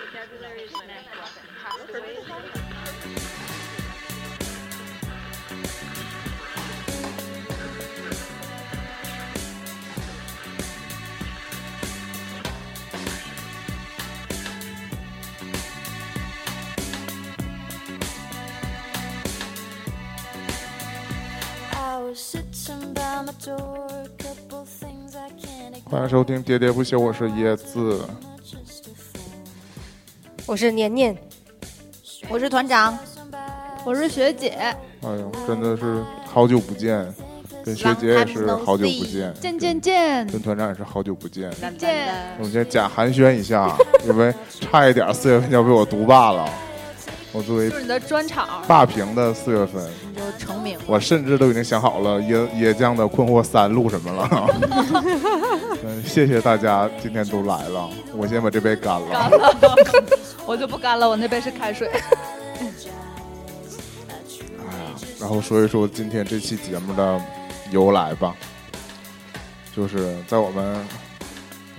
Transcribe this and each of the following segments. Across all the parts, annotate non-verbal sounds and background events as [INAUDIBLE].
Vocabulary's meant weapon. Passed away is meant weapon. I was sitting by my door, a couple things I can't 欢迎收听《喋喋不休》，我是椰 ignore, 子。just a fool. 我是年年，我是团长， Somebody 我是学姐，哎呦，真的是好久不见，跟学姐也是好久不见，见见见跟团长也是好久不见。见，我今天假寒暄一 [LAUGHS] 下，因为差一点四月份就要被我毒霸了。我作为就是你的专场霸屏的四月份，你就成名了。我甚至都已经想好了椰椰酱的《困惑三》录什么 [LAUGHS] 了。 [LAUGHS] 嗯，谢谢大家今天都来了，我先把这杯干了。 [LAUGHS] 我就不干了，我那杯是开水。哎呀，然后说一说今天这期节目的由来吧，就是在我们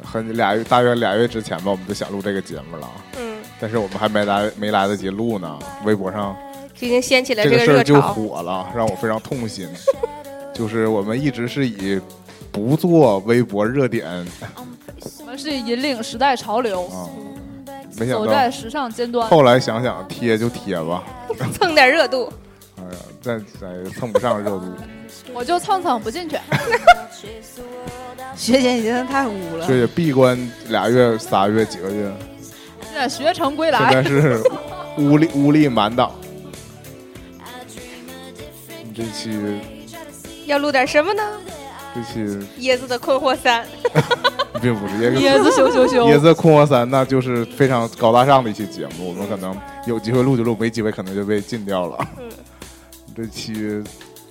很俩月大约俩月之前吧，我们就想录这个节目了，嗯，但是我们还没来没来得及录呢，微博上已经掀起了这个事儿热就潮。火了，让我非常痛心。就是我们一直是以不做微博热点我们是引领时代潮流，啊，没想走在到时尚尖端。后来想想贴就贴吧，蹭点热度，哎呀，再再蹭不上热度。我就蹭蹭不进去， chase the world out. [LAUGHS] 学姐，你真的太污了所。以闭关俩月、仨月、几个月。现在学成归现在来。是乌力乌力满岛。这期要录点什么呢？这期椰子的困惑三，并不是椰椰子子羞羞椰羞，子困惑三，那就是非常高大上的一期节目。我们可能有机会录就录，没机会可能就被禁掉了。嗯这期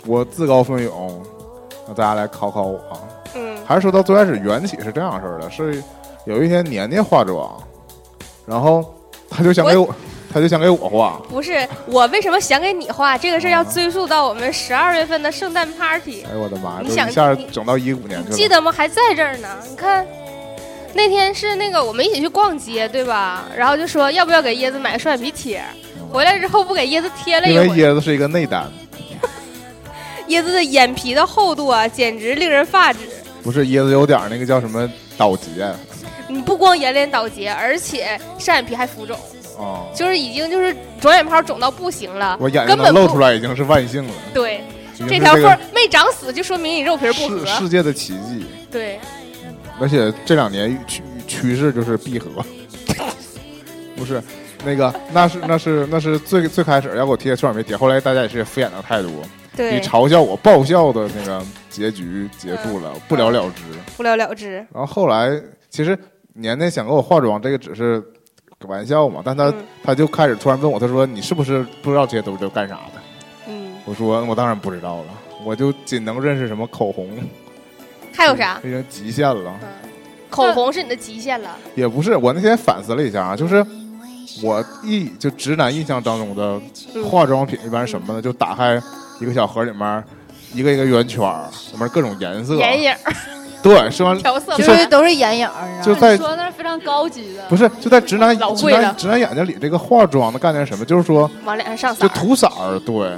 我自告奋勇，让大家来考考我。嗯，还是说到最开始缘起是这样式儿的，是有一天年年化妆，然后他就想给我，他就想给我化。不是我为什么想给你画这个事儿，要追溯到我们十二月份的圣诞 party，哎呦我的妈呀！你都想一下你整到一五年去了。记得吗？还在这儿呢。你看，那天是那个我们一起去逛街，对吧？然后就说要不要给椰子买个双眼皮贴，回来之后不给椰子贴了一因为回，椰子是一个内丹，椰子的眼皮的厚度啊，简直令人发指。不是椰子有点儿那个叫什么倒结啊、你不光眼脸倒结，而且上眼皮还浮肿，哦就是已经就是肿眼泡肿到不行了，我眼睛根能本露不出来已经是万幸了。对，已经是这条这缝个儿没长死，就说明你肉皮儿不世合。世界的奇迹，对，而且这两年趋趋势就是闭合， [LAUGHS] 不是那个那是那是那是最最开始要给我贴双眼皮贴，后来大家也是敷衍的态度，以对，嘲笑我爆笑的那个结局结束嗯了，不了了之。不了了之。然后后来其实年年想给我化妆，这个只是个玩笑嘛，但他、嗯他就开始突然问我，他说你是不是不知道这些东西都干啥的？嗯，我说我当然不知道了，我就仅能认识什么口红，还有啥？ [LAUGHS] 已经极限了。口红是你的极限了。也不是，我那天反思了一下啊，就是我一就直男印象当中的嗯化妆品一般是什么呢？就打开一个小盒里面。一个一个圆圈儿，里面各种颜色，啊眼影、对，是完调色就就这是是啊都是眼影儿，你知就道吗？在你说那是非常高级的，不是就在直男老直贵了男直男眼睛里，这个化妆的概念是什么？就是说往脸上上色就。涂色儿，对。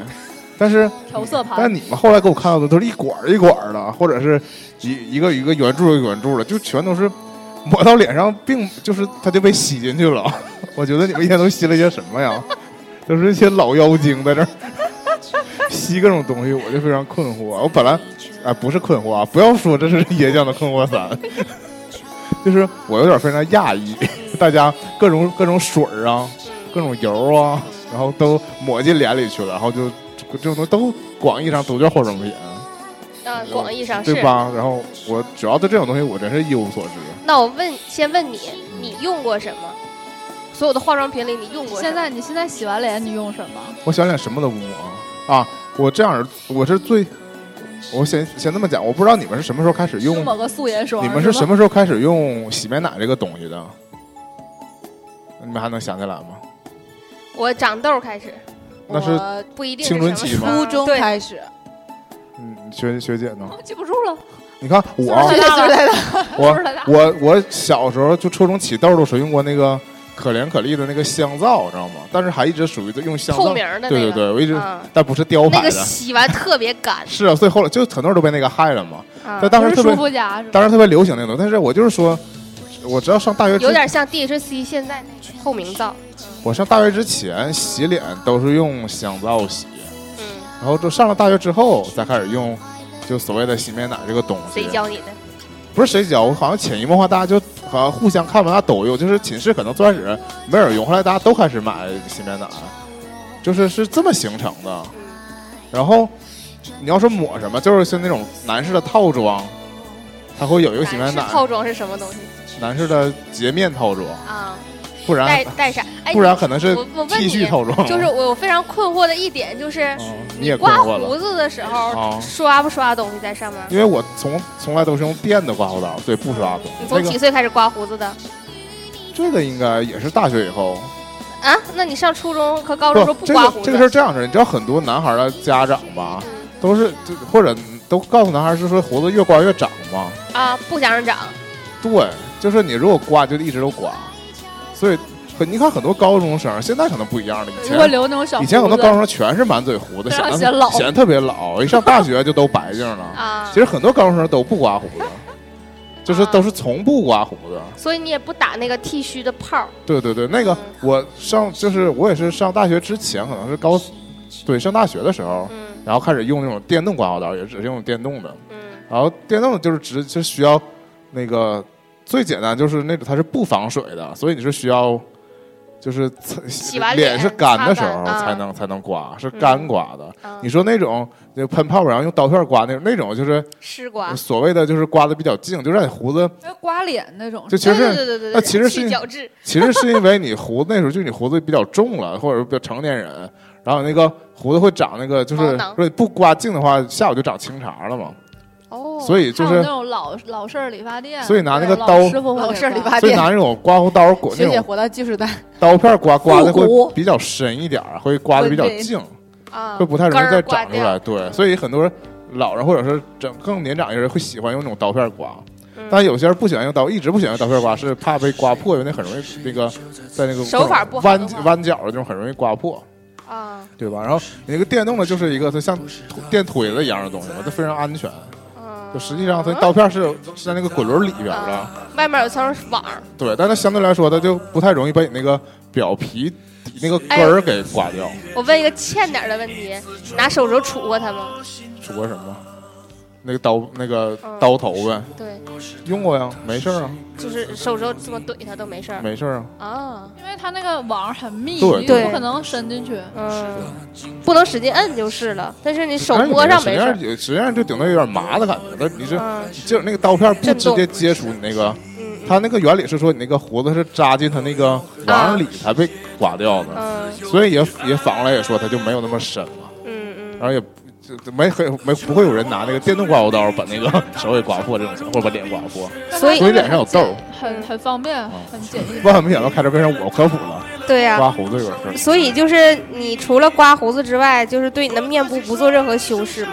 但是调色盘但。你们后来给我看到的都是一管儿一管儿的，或者是一一个一个圆柱一个圆柱的，就全都是抹到脸上，并就是它就被吸进去了。 [LAUGHS] 我觉得你们一天都吸了些什么呀？ [LAUGHS] 都是一些老妖精在这儿 [LAUGHS] 吸各种东西，我就非常困惑。我本来哎、不是困惑啊，不要说这是椰酱的困惑散， [LAUGHS] 就是我有点非常讶异， [LAUGHS] 大家各种各种水儿啊，各种油啊，然后都抹进脸里去了，然后就这种东西都广义上都叫化妆品，嗯，广义上是啊对。吧？然后我主要对这种东西我真是一无所知。那我问，先问你，你用过什么？所有的化妆品里，你用过什么？现在你现在洗完脸你用什么？我想脸什么都不抹啊！我这样，我是最，我先先这么讲，我不知道你们是什么时候开始就用，抹个素颜霜。你们是吧什？么时候开始用洗面奶这个东西的？你们还能想起来吗？我长痘开始，那是我不一定是青春期什么吗时候初中对，开始，嗯，学学姐呢？我记不住了，你看我 [LAUGHS] 岁数太大了对对对，我岁数太大我我小时候就初中起痘的时候用过那个可怜可丽的那个香皂，知道吗？但是还一直属于用香透皂，明儿的那对对个，对，我一直，嗯但不是雕那牌个的，洗完特别 [LAUGHS] 干，是啊，所以后来就很多人都被那个害了嘛。啊但，当不时是特舒别，肤佳是吧？当时特别流行那种，但是我就是说，我知道上大学之有点像 DHC 现在那个透明皂，我上大学之前洗脸都是用香皂洗，嗯，然后就上了大学之后才开始用，就所谓的洗面奶这个东西。谁教你的？不是谁教，我好像潜移默化，大家就好像互相看完大家都用，就是寝室可能最开始没人用，后来大家都开始买洗面奶，啊就是是这么形成的。然后你要说抹什么，就是像那种男士的套装，它会有一个洗面奶男士，套装是什么东西男士的洁面套装，啊？不带然带啥？哎，不然可能是我我问 T 你恤套装。就是我非常困惑的一点就是，哦你也困刮惑了胡。子的时候哦刷不刷东西在上面？因为我从从来都是用电的刮胡刀，对，不刷的。你那从几个岁开始刮胡子的这个应该也是大学以后，啊？那你上初中和高中时候这刮个胡子？这个事儿这样式儿，你知道很多男孩儿的家长吧，嗯都是就或者都告诉男孩儿是说胡子越刮越长嘛。啊，不想让长，对，就是你如果刮就一直都刮，所以很你看很多高中生现在可能不一样了，以如果前留那种小以前很胡多子高中生全是满嘴胡 [LAUGHS] 子，非常显显得老显得特别老，一上大学就都白净 [LAUGHS] 了。啊其，实很多高中生都不刮胡子，就是都是从不刮胡子。所以你也不打那个剃须的泡儿，对对对，那个我上就是我也是上大学之前，可能是高，对上大学的时候，嗯然后开始用那种电动刮胡刀，也只是用电动的。嗯然后电动就是只就需要那个最简单就是那种它是不防水的，所以你是需要就是擦洗完脸脸是干的时擦候干嗯啊才能、才能刮，是干刮的。啊你，说那种就喷泡泡然后用刀片刮那种那种就是湿刮，所谓的就是刮的比较净，就让你胡子刮脸那种，就其实对对对对对，那其实是去角质，其实是因为你胡子那时候就你胡子比较重了，或者是比较成年人，然后那个胡子会长那个就是毛囊如果你不刮净的话，下午就长青茬了嘛。哦所以就还有是那种老老式儿理发店，所以拿那个老刀师傅会老给式儿理刮发所以店，拿那种刮胡刀刮那学姐种活到技术代，刀片刮刮的复古会比较深一点儿，啊会刮的比较净，啊，会不太容易根再儿刮长出来。掉，嗯对，所以很多人老人或者是整更年长一些人会喜欢用那种刀片刮。嗯但有些人不喜欢用刀，一直不喜欢用刀片刮，是怕被刮破，因为那很容易那个在那个手法不好的弯话弯角的那种很容易刮破。啊对吧？然后你那个电动的，就是一个它像推电推子一样的东西嘛，它非常安全。啊，就实际上它刀片是有是在那个滚轮里边的，啊外面有层网儿，对，但它相对来说，它就不太容易把你那个表皮底那个根儿给刮掉。我问一个欠点儿的问题，拿手指头杵过它吗？杵过什么？那个刀那个嗯刀头呗，对，用过呀，没事儿啊，就是手指头这么怼它都没事儿没事儿啊。啊。因为它那个网很密，对你对不可能伸进去。嗯，不能使劲摁就是了，但是你手但是摸上没实事儿。际上实际上就顶多有点麻的感觉，但你是嗯就是那个刀片不震直动接接触你那个，嗯它那个原理是说你那个胡子是扎进它那个网里才被刮掉的。嗯所以也也反过来也说，它就没有那么深了，嗯然后也就就没很没不会有人拿那个电动刮胡刀把那个手给刮破这种情况，或者把脸刮破，嗯，所以所以脸上有痘，哦很很方便，很简易。万万没想到开头变成我科普了，对呀、刮胡子这个事儿。啊所以就是你除了刮胡子之外，就是对你的面部不做任何修饰嘛。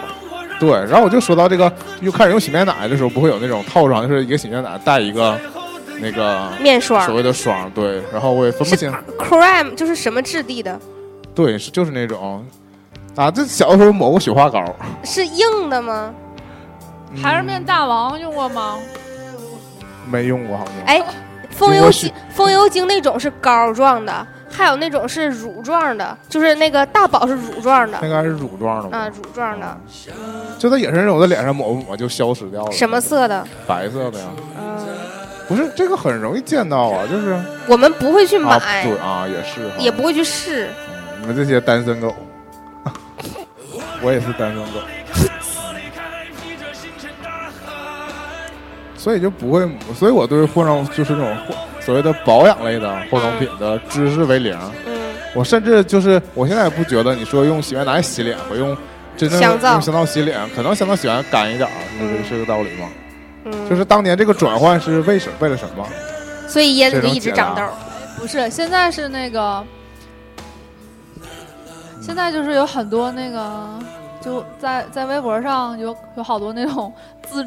对，然后我就说到这个，又开始用洗面奶的时候，不会有那种套装，就是一个洗面奶带一个那个面所霜谓的霜，对，然后我也分不清， crème 就是什么质地的？对，是就是那种。啊，这小的时候抹过雪花膏，是硬的吗？嗯还是面大王用过吗？没用过，好像。哎，风如油果是精，风油精那种是膏状的，还有那种是乳状的，就是那个大宝是乳状的那个还是乳状的吧？啊，乳状的，就它也是那种在脸上抹不抹就消失掉了。什么色的？白色的呀？嗯，不是，这个很容易见到啊，就是我们 [LAUGHS] 不会去啊，买，对啊，也是哈，也不会去试。嗯你们这些单身狗， [LAUGHS] 我也是单身狗，所以就不会，所以我对化妆就是那种化所谓的保养类的化妆品的知识为零。嗯，我甚至就是我现在也不觉得你说用洗面奶洗脸和用真正香皂用香皂洗脸，可能香皂洗完干一点儿，你说这嗯个是个道理吗？嗯就是当年这个转换是为什为了什么？所以椰子这就种一直解长答痘儿。不是，现在是那个，现在就是有很多那个，就在在微博上有有好多那种自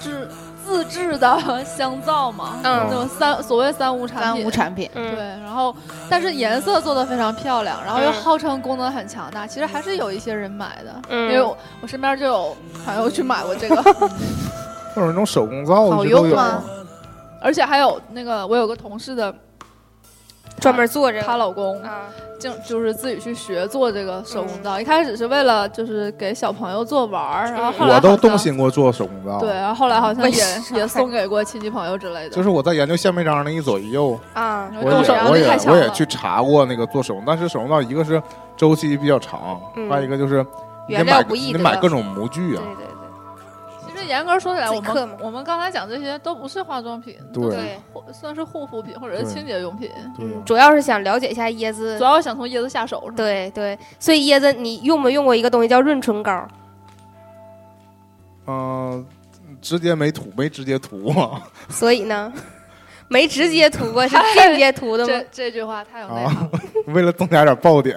制自制的香皂嘛，嗯那种三所谓三无产三品无。产品，对，嗯，然后但是颜色做的非常漂亮，然后又嗯号称功能很强大，其实还是有一些人买的，嗯因为我我身边就有朋友去买过这个，或者那种手工皂好一直都用有啊吗而且还有那个我有个同事的专门做这个她老公，啊，竟就是自己去学做这个手工皂，一开始是为了就是给小朋友做玩儿，然后后来我都好像动。心过啊做手工皂，对，，然后后来好像为也啥也送给过亲戚朋友之类的。就是我在研究橡皮章那一左一右，啊，然后我动也手然后我就太也强我也了去查过那个做手工，但是手工皂一个是周期比较长，嗯还有一个就是你得原料买不易你得得买各种模具对啊，对对其实严格说起来，自我己刻嘛们我们刚才讲这些都不是化妆品，对对，嗯或算是护肤品或者是对清洁用品。对啊，主要是想了解一下椰子主。要想从椰子下手是吗？对对，所以椰子，你用没用过一个东西叫润唇 [LAUGHS] 膏？嗯，直接没涂没直接涂啊， [LAUGHS] 所以呢， [LAUGHS] 没直接涂过，是间接涂的这吗？这句话太有啊内涵了，为了增加点爆点，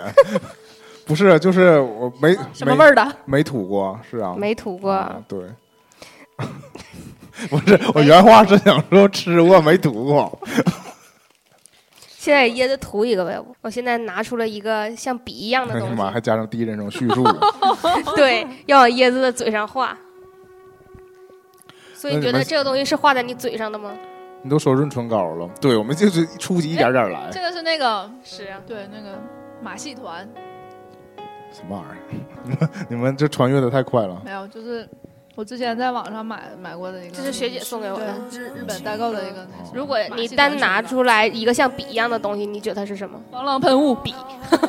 [LAUGHS] 不是就是我没什么味儿的？没没涂过，是啊，没涂过嗯，对， [LAUGHS] 不是我原话是想说吃过没涂过，现在椰子涂一个呗，我我现在拿出了一个像笔一样哎的呀东妈，还西，加上第一人称叙述，对，要往椰子的嘴上画。所以你那觉你得们这个东西是画在你嘴上的吗？你都说润唇膏了，对，我们就是初级一点点哎来，这个是那个是啊，对那个马戏团，什么玩意儿？ [LAUGHS] 你们这穿越的太快了，没有，就是我之前在网上买买过的一个，嗯这是学姐送给我的。对日日本代购的一嗯个那种。如果你单拿出来一个像笔一样的东西，你觉得它是什么？防狼喷雾笔，嗯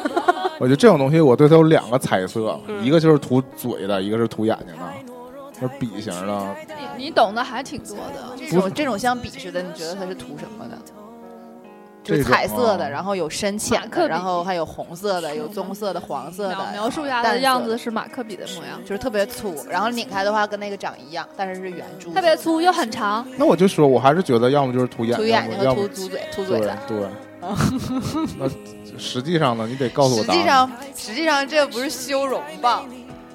我觉得这种东西我对它有两个猜测，嗯一个就是涂嘴的，一个是涂眼睛的，那笔型的，你你懂的还挺多的。这种这种像笔似的，你觉得它是涂什么的？就这是种彩色啊的，然后有深浅马克的，笔然后还有红色的，有棕色的、黄色描的。啊描述一下它淡的色样的子是马克笔的模样，就是特别粗，然后拧开的话跟那个长一样，但是是圆珠，特别粗又很长。那我就说，我还是觉得要么就是涂眼涂睛，要眼么睛要和么涂涂嘴、涂对嘴的。 [LAUGHS] 对。那实际上呢，你得告诉我实答际案，上，实际上这不是修容棒，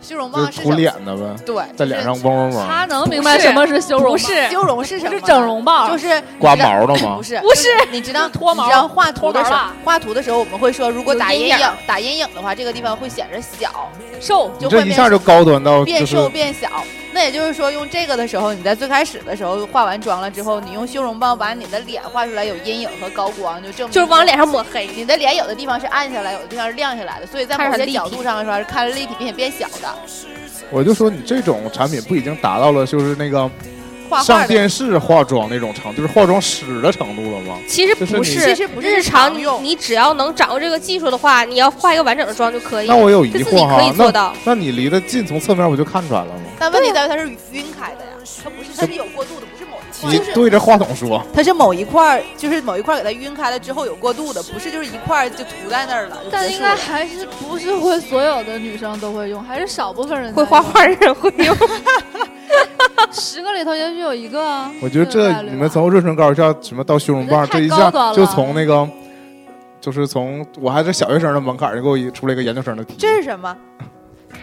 修容就棒是是涂什么？脸的呗，对，在脸上嗡嗡他嗡，能明白什么是修容吗？不是修容是什不么是呢？整容棒，就是刮毛的吗不？是不是你知 [LAUGHS] 道脱毛你知道画图的时脱毛候了，画图的时候我们会说，如果有打阴阴影影打阴影的话，这个地方会显着小，瘦。你就这会一变下就高端到就变是瘦变小。那也就是说，用这个的时候，你在最开始的时候化完妆了之后，你用修容棒把你的脸画出来有阴影和高光，就证明就是往脸上抹黑。你的脸有的地方是暗下来，有的地方是亮下来的，所以在看着某很些立体角度上来说是看着立体并且变小的。我就说你这种产品不已经达到了就是那个画画上的电视化妆那种程度，就是化妆师的程度了吗？其实这是不你其实不是日常常你用你只要能掌握这个技术的话，你要化一个完整的妆就可以。那我有疑哎这自己惑可以哈，做那到。那你离得近，从侧面不就看出来 [LAUGHS] 了吗？但问题啊在于它是晕开的呀，它不是，它是有过渡的，不是某一块你儿，就是对着话筒说，它是某一块儿，就是某一块儿给它晕开了之后有过渡的，不是就是一块儿就涂在那儿了。就但结应束了该还是不是会所有的女生都会用，还是少部分人会在画用，画的人会用，十个里头也许有一个啊。我觉得这概率吧你们从润唇膏到什么到修容棒，这这太一高下端了就从那个就是从我还是小学生的门槛儿，就给我一出来一个研究生的题。这是什么？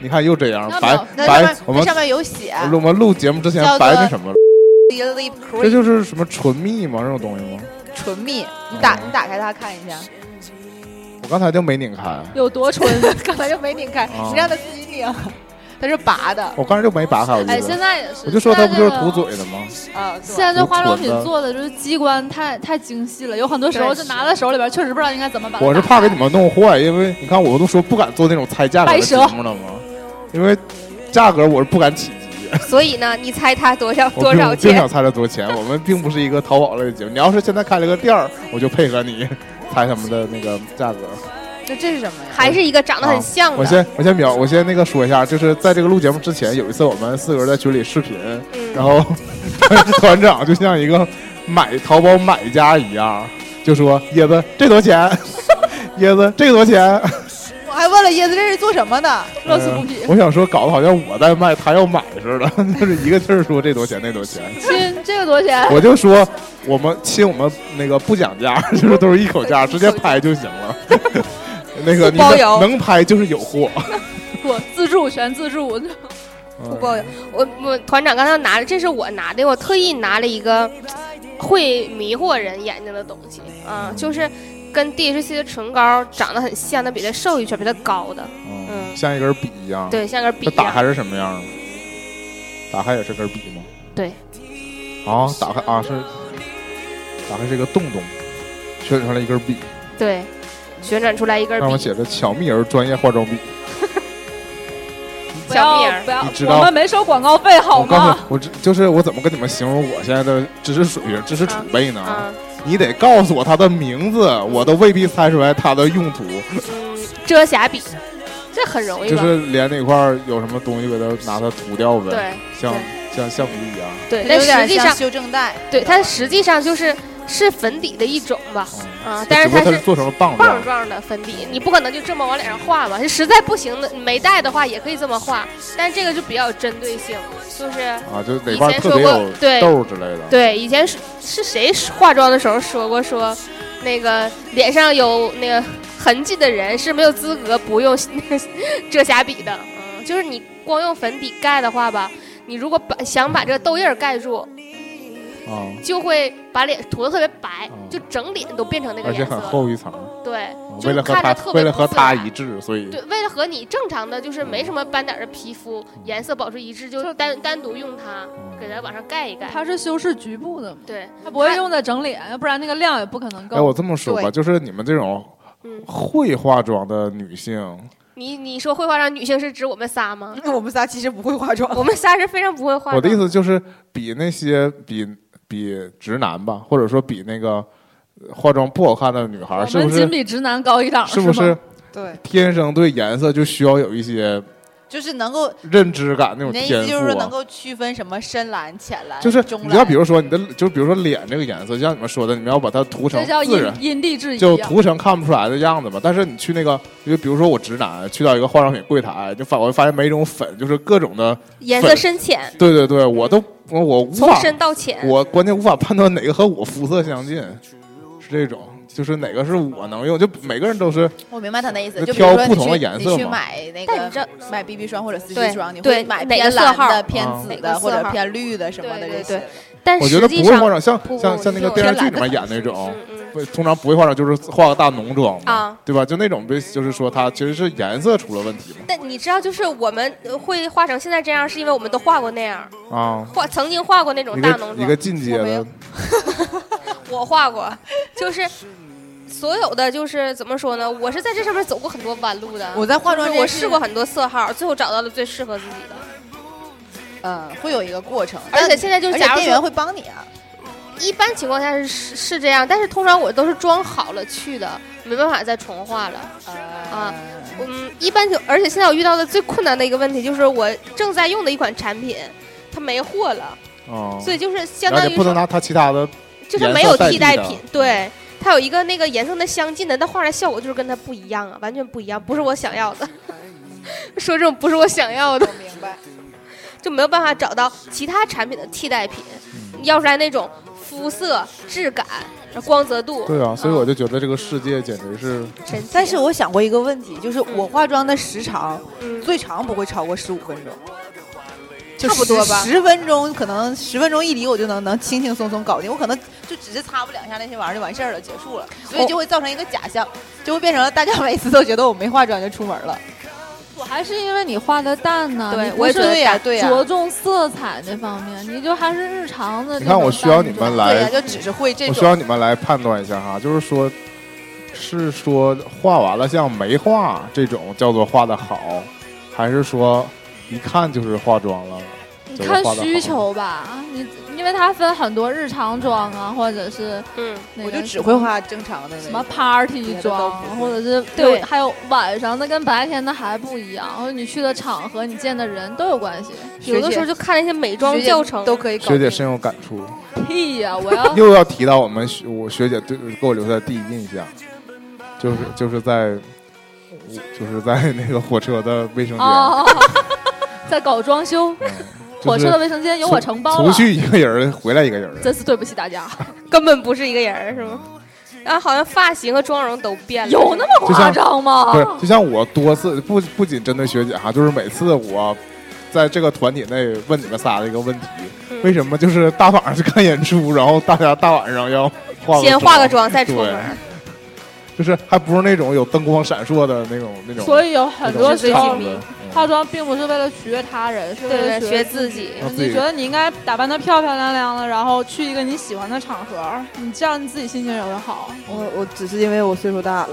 你看又这样，那白表那上白面我那们上面有啊写我们录节目之前叫做白那什么了， lip 这 cream 就是什么唇蜜吗？这种东西吗？唇蜜，你打你打开它看一下，我刚才就没拧开，有多 [LAUGHS] 纯？ [LAUGHS] 刚才就没拧开，啊你让它自己拧， [LAUGHS] 它是拔的我刚才就没拔开，我哎，记现得。在也是。我就说它现不就在这是个涂嘴的吗？啊。对现在这化妆涂唇品的做的就是机关太太精细了，有很多时候对就拿在手里边，确实不知道应该怎么把它打开。我是怕给你们弄坏，因为你看我都说不敢做那种猜价格的白节蛇目了嘛，因为价格我是不敢起级。所以呢，你猜它多少我多少并并钱？想猜他多少钱，我们并不是一个淘宝类的节目。你要是现在开了个店儿，我就配合你猜他们的那个价格。这这是什么呀？还是一个长得很像啊我的？先我先秒我先那个说一下，就是在这个录节目之前，有一次我们四个人在群里视频，然嗯，后 [LAUGHS] 团长就像一个买淘宝买家一样，就说椰子这多少钱， [LAUGHS] 椰子这个多少钱。我还问了椰子这是做什么的，乐此不疲哎呀。我想说，搞得好像我在卖，他要买似的， [LAUGHS] 就是一个劲儿说这多少钱那多少钱。亲，这个多少啊钱？我就说我们亲我们那个不讲价， [LAUGHS] 就是都是一口价，直接拍就行了。 [LAUGHS] 那个你包能邮能拍就是有货，我自助全自助， [LAUGHS] 不够的。我我团长刚才拿了，这是我拿的，我特意拿了一个会迷惑人眼睛的东西啊，就是跟 DHC 的唇膏长得很像，但比它瘦一圈，比它高的，嗯，嗯像一根笔一样。，对，像根笔它一打样。开是什么样的？打开也是根笔吗？对。啊，打开啊是，打开是一个洞洞，旋转出来一根笔，对，旋转出来一根上面笔，写着巧蜜儿专业化妆笔。不小要米儿不要你知，道啊我们没收广告费好我告吗诉？你，我这就是我怎么跟你们形容我现在的知识水平、知识储备呢？啊，你得告诉我它的名字，我都未必猜出来它的用途，嗯，遮瑕笔，这很容易就吧？是脸那块儿有什么东西给它拿它涂掉呗，对像像橡皮啊一样。对，它但有点实际上像，修正 [LAUGHS] 带，对它实际上就是是粉底的一种吧，嗯啊，但是只不过它是做成了棒棒状，状的粉底，你不可能就这么往脸上画吧？实在不行的，没带的话也可以这么画，但这个就比较有针对性，就是啊，就哪块儿以前特别说过有对痘儿之类的。对以前是是谁化妆的时候说过说，那个脸上有那个痕迹的人是没有资格不用那个 [LAUGHS] 遮瑕笔的，嗯，就是你光用粉底盖的话吧，你如果把想把这个痘印儿盖住，啊，就会把脸涂的特别白哦，就整脸都变成那个而且颜很色，厚一层，对，就为是了和看着它特为别了不和自它然一致，所以对，为了和你正常的就是没什么斑点儿的皮肤嗯颜色保持一致，就单单独用它给它往上盖一盖。它是修饰局部的嘛，对，它不会用在整脸，要不然那个量也不可能哎，够我。这么说吧，对就是你们这种嗯，会化妆的女性，你你说会化妆女性是指我们仨吗？我们仨其实不会化妆，我们仨是非常不会化妆。我的意，思就是比那些比比直男吧，或者说比那个呃化妆不好看的女孩我儿，啊是们不仅是？比直男高一档，是不吗是？对，天生对颜色就需要有一些就是能够，认知感那你种的意天思就是说赋能啊？够区分什么深蓝、浅蓝，就是中你要蓝，比如说你的，就比如说脸这个颜色，就像你们说的，你们要把它涂成这叫自因然，因地制宜就啊。涂成看不出来的样子嘛。但是你去那个，就比如说我直男去到一个化妆品柜台，就发我发现每种粉就是各种的，颜色深浅，对对对，我都我我无从法深到浅。我关键无法判断哪个和我肤色相近，是这种，就是哪个是我能用，就每个人都是我明白他那意思，就就比如挑说不你同的去颜你色去嘛买那但你知个道买 BB 霜或者 CC 对霜，你会对买哪偏个色蓝号的、偏嗯紫哪个的或者色号偏绿的什么的对这对些对的。但我觉实得际不会化上妆，嗯像不像不像那个你听电我视剧里面演那种，不通常不会化妆就是化个大浓妆嘛，啊对吧？就那种被就是说它其实是颜色出了问题但你知道，就是我们呃会化成现在这样，是因为我们都化过那样，嘛啊。化曾经化过那种一大个浓一妆个。进阶我没的有，我画过，就是所有的就是怎么说呢？我是在这上面走过很多弯路的。我在化妆就是这我件试过很多色号，最后找到了最适合自己的。嗯，会有一个过程，而但且现在就是，而假且如店员说会帮你啊。一般情况下是是是这样，但是通常我都是装好了去的，没办法再重画了。啊嗯，一般就而且现在我遇到的最困难的一个问题就是，我正在用的一款产品它没货了，啊，所以就是相然后当你于不能说拿它其他的就是颜没色有代替替代的品，对。它有一个那个颜色的相近的，但画出来效果就是跟它不一样啊，完全不一样，不是我想要的。 [LAUGHS] 说这种不是我想要的，我明白。就没有办法找到其他产品的替代品，嗯要出来那种肤色、质感、呃光泽度。对啊，所以我嗯就觉得这个世界简直是神奇啊但是我想过一个问题，就是我化妆的时长嗯最长不会超过十五分钟，就差不多吧十分钟可能十分钟一离我就能能轻轻松松搞定，我可能就只是擦不两下那些玩意儿就完事儿了，结束了，所以就会造成一个假象，就会变成了大家每次都觉得我没化妆就出门了。我还是因为你画的淡呢，对你不我也是觉得对呀、对呀、着重色彩这方面，你就还是日常的你这种淡妆。看我需要你们来对呀、就只是会这我需种。要你们来判断一下哈，就是说，是说画完了像没画这种叫做画的好，还是说一看就是化妆了？你就看画得好需求吧，啊你因为它分很多日常妆啊，或者是嗯，那我个就只会化正常的那什么种。 party 别的都妆不，会或者是对有还有晚上的跟白天的还不一样，或者你去的场合、你见的人都有关系。学姐有的时候就看那些美妆学姐教程，都可以搞学定。姐深有感触，啊屁呀、我要又要提到我们学我学姐对给我留下的第一印象，就是就是在就是在那个火车的卫生间，哦，在搞装修，嗯火车的卫生间由我承包了除。去一个人，回来一个人，真是对不起大家，根本不是一个人儿，是吗？然后好像发型和妆容都变了，有那么就像夸张吗不？是，就像我多次不不仅针对学姐哈，就是每次我在这个团体内问你们仨的一个问题：为什么就是大晚上去看演出，然后大家大晚上要化个先化个妆再出对门，，就是还不是那种有灯光闪烁的那种那种，所以有很多时候是最紧密的嗯化妆并不是为了取悦他人，是为对了对，学自己。让自你己觉得你应该打扮的漂漂亮亮的，然后去一个你喜欢的场合，你这样你自己心情也会好。我我只是因为我岁数大了，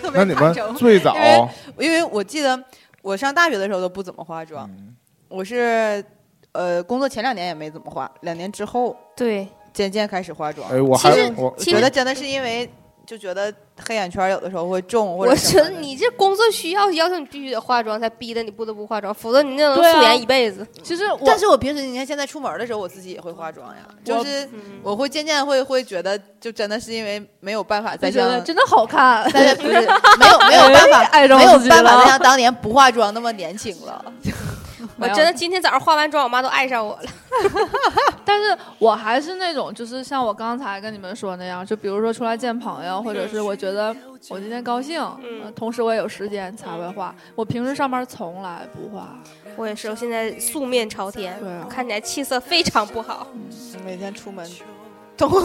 特别那你怕们整最早因为因为我记得我上大学的时候都不怎么化妆，嗯我是呃工作前两年也没怎么化，两年之后对，渐渐开始化妆。哎，我其还实我其觉实得真的是因为就觉得黑眼圈有的时候会重，或者我觉得什么的你这工作需要，要求你必须得化妆，才逼得你不得不化妆，否则你那能对啊素颜一辈子。其实我但是我平时你看现在出门的时候，我自己也会化妆呀，就是嗯，我会渐渐会会觉得，就真的是因为没有办法再就觉得像 [LAUGHS] 真的好看， [LAUGHS] 但是 [LAUGHS] 不是没有没有办法，哎爱上没有自己办法了再像当年不化妆那么年轻了。我真的今天早上化完妆，我妈都爱上我了。但是我还是那种，就是像我刚才跟你们说那样，就比如说出来见朋嗯友，或者是我觉得我今天高兴，嗯呃同时我有时间才会画。我平时上班从来不画，我也是，我现在素面朝天，对啊，看起来气色非常不好。每天出 [LAUGHS] 门都会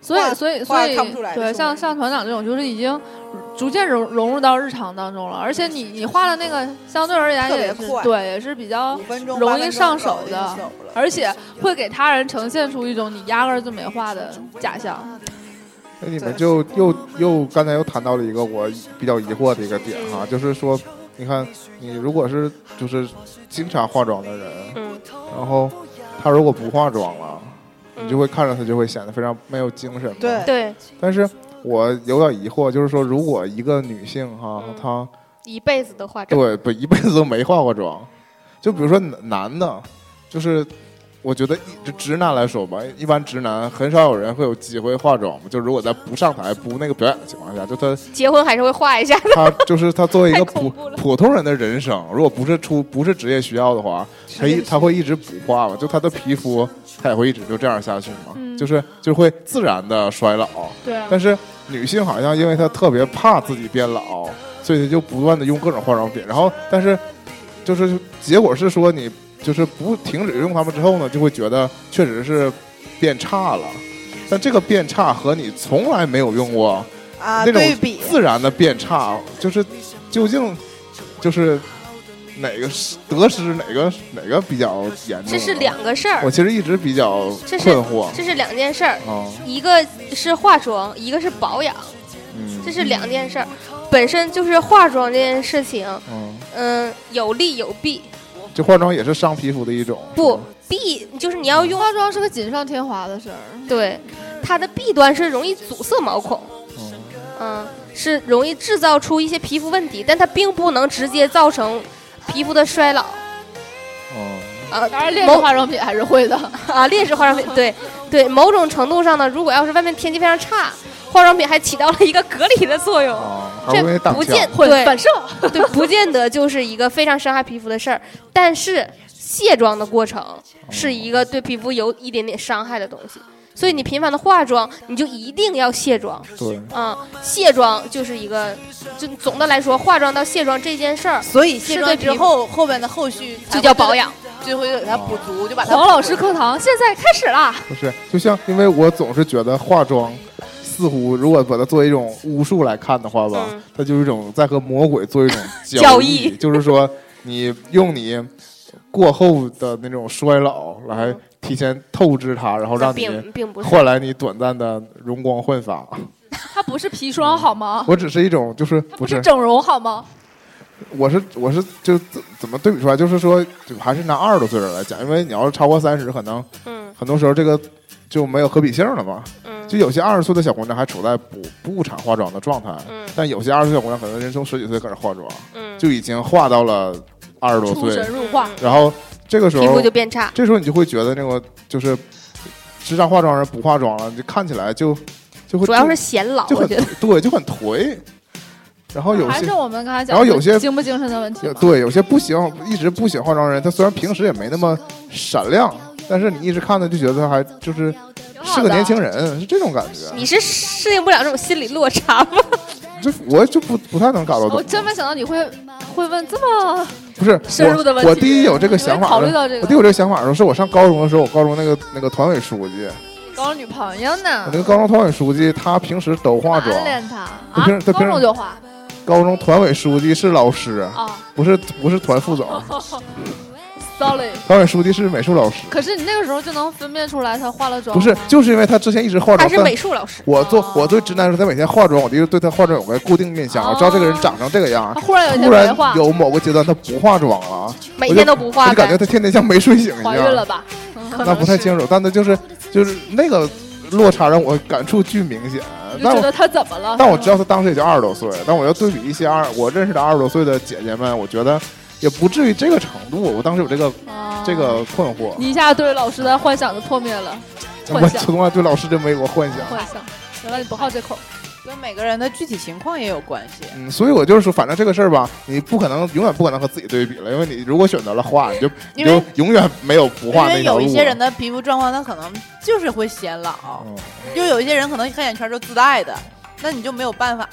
所以画所以画所以看不出来的对，是像吗像团长这种，就是已经逐渐融融入到日常当中了，而且你你画的那个相对而言特别也是快对，也是比较五分钟容八易分钟上搞手定的手了而且会给他人呈现出一种你压根儿就没画的假象。那哎你们就又又刚才又谈到了一个我比较疑惑的一个点哈，就是说，你看你如果是就是经常化妆的人，嗯，然后他如果不化妆了，嗯你就会看着他就会显得非常没有精神嘛。对对，但是我有点疑惑，就是说如果一个女性哈，嗯她一辈子都化妆。对不一辈子都没化过妆，就比如说男男的，就是。我觉得一就直男来说吧，一般直男很少有人会有机会化妆嘛。就如果在不上台、不那个表演的情况下，就嗯他结婚还是会化一下。 [LAUGHS] 他就是他作为一个太普恐怖了普通人的人生，如果不是出不是职业需要的话，他一他会一直不化嘛，就他的皮肤他也会一直就这样下去嘛，嗯就是就会自然的衰老。对啊，但是女性好像因为她特别怕自己变老，所以她就不断的用各种化妆品，然后但是就是结果是说你就是不停止用它们之后呢，就会觉得确实是变差了。但这个变差和你从来没有用过啊那种对比，自然的变差，就是究竟就是哪个是得失哪个哪个比较严重？啊这是。两个事儿我，其实一直比较这是困惑这是两件事儿，啊，一个是化妆，一个是保养，嗯，这是两件事儿。本身就是化妆这件事情，嗯，嗯，有利有弊。就化妆也是伤皮肤的一种，是不吗，弊就是你要用化妆是个锦上添花的事儿，对它的弊端是容易阻塞毛孔，嗯嗯，是容易制造出一些皮肤问题，但它并不能直接造成皮肤的衰老。哦，啊，当然练某化妆品还是会的。啊，劣质化妆品，对对，某种程度上呢，如果要是外面天气非常差，化妆品还起到了一个隔离的作用。啊，还这容易挡不枪见，会对反射，对，不见得就是一个非常伤害皮肤的事儿，但是卸妆的过程嗯是一个对皮肤有一点点伤害的东西，所以你频繁的化妆，你就一定要卸妆。对，啊、卸妆就是一个，就总的来说，化妆到卸妆这件事儿所以卸妆是对之比后后面的后续才就会叫保，养。就会给它补足，就把它黄老师课堂现在开始啦！不是，就像因为我总是觉得化妆。似乎如果把它作为一种巫术来看的话吧，嗯它就是一种在和魔鬼做一 [LAUGHS] 种交易，交易就是说你用你过后的那种衰老来提前透支它，然后让你并并不是换来你短暂的容光焕发。哦它不是砒霜好吗？我只是一种就是它不是是，整容好吗？我是我是就怎怎么对比出来，就是说就还是拿二十多岁人来讲，因为你要是超过三十，可能嗯很多时候这个就没有可比性了嘛。嗯就有些二十岁的小姑娘还处在不不产化妆的状态，嗯但有些二十岁小姑娘可能人从十几岁开始化妆，嗯，就已经化到了二十多出岁神，入化，哦然后这个时皮肤候就，变差。这时候你就会觉得那个就是时尚化妆人不化妆了，你就看起来就就会主要是显老，啊就我很觉得对就很颓，然后有还些是。我们刚才讲的，然后有些精不精神的问题有吧。对，有些不喜欢一直不喜欢化妆的人，他虽然平时也没那么闪亮，但是你一直看他就觉得他还就是是个年轻人，是这种感觉。你是适应不了这种心理落差吗？哦这我就不不太能搞得懂。我真没想到你会会问这么不是深入的问题我我第一有这个想法考虑的，到这我第一个有这个想法的时候，是我上高中的时候，我高中那个那个团委书啊记，搞女朋友我呢那？个高中团委书记，他平时都化妆，暗恋他他啊平时？他高平时中就化高中团委书记是老师，啊哦不是不是团副总， ？Sorry， [LAUGHS] 团委书记是美术老师，可是你那个时候就能分辨出来他化了妆不吗，是，就是因为他之前一直化他妆，是但美术老师，我做哦我对直男说，他每天化妆，我就对他化妆有个固定印象，我知道这个人长成这个样哦他。忽然有一突天没然化，有某个阶段他不化妆了，每天都不我化就感觉呗。他天天像没睡醒一怀孕了样，吧？那不太清楚，但他就是就是那个落差让我感触巨明显。就但觉我得他怎么了？但我知道他当时也就二十多岁，但我要对比一些二我认识的二十多岁的姐姐们，我觉得也不至于这个程度。我当时有这个啊这个困惑，你一下对老师的幻想就破灭了，我幻想从来对老师真没有过幻想。幻想。原来你不好这口，哦跟每个人的具体情况也有关系。嗯，所以我就是说，反正这个事儿吧，你不可能永远不可能和自己对比了，因为你如果选择了画，你就你因为就永远没有啊不因画为那条有路了。一些人的皮肤状况，他可能就是会显老，嗯，就有一些人可能黑眼圈就自带的，那你就没有办法。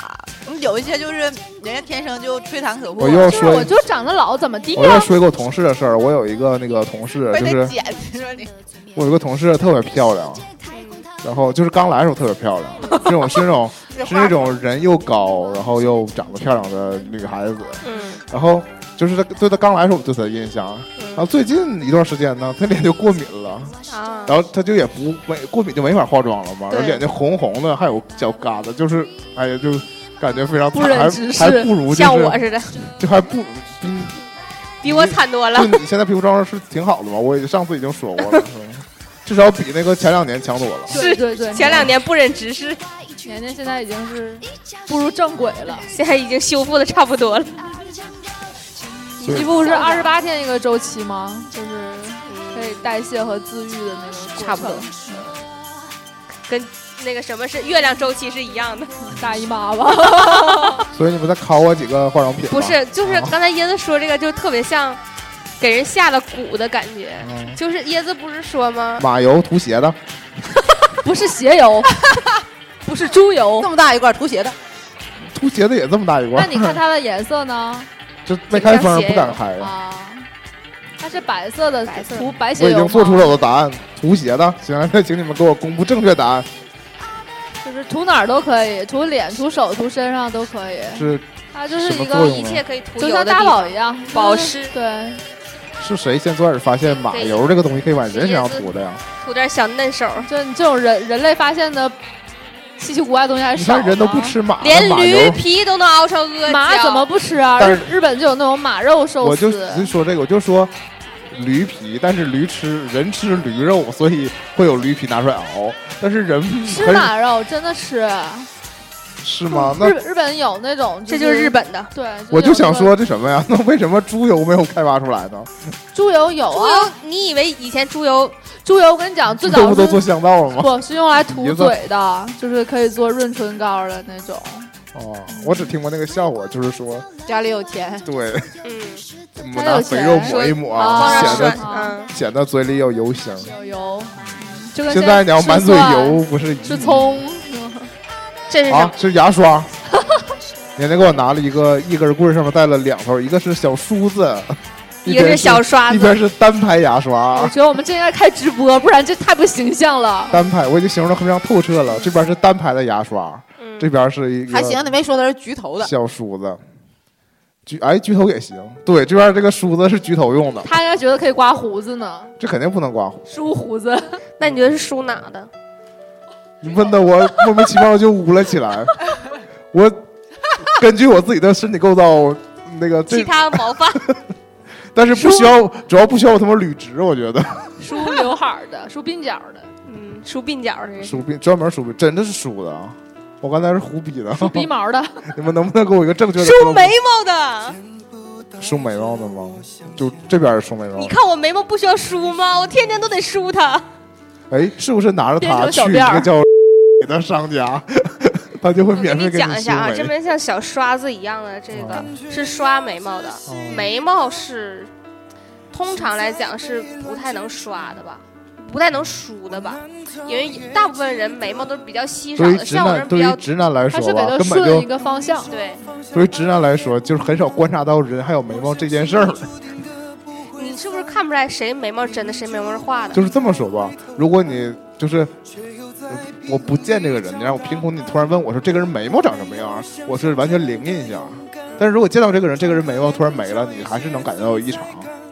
嗯有一些就是人家天生就吹弹可破我，又就是说我就长得老，怎么地我又呀？说一个我同事的事儿，我有一个那个同事，被就他是剪，你说你我有一个同事特别漂亮，然后就是刚来的时候特别漂亮，这种是那种这是那话种人又高，然后又长得漂亮的女孩子。嗯，然后就是她对她刚来的时候我对她的印象，然后最近一段时间呢，她脸就过敏了，啊，然后她就也不没过敏就没法化妆了嘛，然后对脸就红红的，还有小疙瘩，就是哎呀，就感觉非常惨，不忍还直视还不如像就我是似的，就还不比比我惨多了就。你现在皮肤状况是挺好的嘛，我也上次已经说过了，嗯至少比那个前两年强多了。对对对，前两年不忍直视，年年现在已经是步入正轨了，现在已经修复的差不多了。你不是二十八天一个周期吗？就是可以代谢和自愈的那个过程差不多那个什么是月亮周期是一样的，大姨妈吧，所以你们再考我几个化妆品吧。不是？就是啊刚才椰子说这个，就特别像给人下了蛊的感觉。嗯就是椰子不是说吗？马油涂鞋的， [LAUGHS] 不是鞋油， [LAUGHS] 不是猪油这。么大一块涂鞋的，涂鞋的也这么大一罐那，你看它的颜色呢？就没开封紧张鞋不敢开。啊，它是白色的，白色涂白鞋我油已吗。经做出了我的答案，涂鞋的。行，那请你们给我公布正确答案就是涂哪儿都可以，涂脸、涂手、涂身上都可以。是它嗯就是什么一作个，用一切可以涂就油像的大地宝方一。样，保就是湿对，是谁先最开始发现马油这个东西可以往人身上涂的呀？涂点小嫩手，就你这种人人类发现的稀奇古怪的东西还你少吗看人都不。吃马，连马驴啊油。皮都能熬成阿胶。马怎么不吃啊？但日是日本就有那种马肉寿我就司，就说这个，我就说驴皮，但是驴吃人吃驴肉，所以会有驴皮拿出来熬。但是人吃马嗯肉真的吃。是吗？那日日本有那种，这就是日。本的，对，我就就是想有那个说，这什么呀？ [LAUGHS] 那为什么猪油没有开发出来呢？猪油有猪啊，油，你以为以前猪油猪油我跟你讲，最这早不都是做香皂了吗？不是用来涂鼻子嘴的，就是可以做润唇膏的那种。哦，我只听过那个笑话，就是说，家里有钱，对，嗯，抹他拿有肥钱肉抹一抹，啊往上显是涮得，嗯，显得嘴里有油香。有油，就跟现在你要吃满嘴蒜油，不是吃葱，嗯这是什啊么？，是牙刷。年年给我拿了一个一根棍，上面带了两头，一个是小梳子，一边个是小，刷一子，边是单排牙刷我，觉得我们这应该开直播，不然这太不形象了。单排我已经形容的非常透彻了。这边是单排的牙刷，嗯这边是一个还行，你没说他是橘头的，小梳子，橘哎橘头也行，对，这边这个梳子是橘头用的，他应该觉得可以刮胡子呢，这肯定不能刮胡。梳胡子。那你觉得是梳哪的？你问的我莫名其妙就污了起 [LAUGHS] 来。我根据我自己的身体构造，那个其这，他毛 [LAUGHS] 发但是不需要，主要不需要我他妈捋直，我觉得梳 [LAUGHS] 刘海儿的，梳鬓角儿的，嗯，梳鬓角儿的，梳鬓专门梳鬓，真的是梳的啊！我刚才是胡逼的，梳鼻 [LAUGHS] 毛的， [LAUGHS] 你们能不能给我一个正确的梳眉毛的。梳眉毛的吗？就这边是梳眉毛你，看我眉毛不需要梳吗？我天天都得梳它。哎，是不是拿着它编成去小一辫儿个叫的商家， [LAUGHS] 他就会 [LAUGHS] 我给免费你给讲一梳下啊，这眉？边像小刷子一样的这个哦是刷眉毛的，眉毛是通常来讲是不太能刷的吧？不太能梳的吧，因为大部分人眉毛都是比较稀少对于的，直像我嗯这男，对比于较直男来他说是给吧，他根本就顺一个方向，对。对于直男来说，就是很少观察到人还有眉毛这件事儿。你是不是看不出来谁眉毛真的，谁眉毛是画的？就是这么说吧，如果你就是我我不见这个人，你让我凭空你突然问我说这个人眉毛长什么样，我是完全零印象。但是如果见到这个人，这个人眉毛突然没了，你还是能感觉到有异常。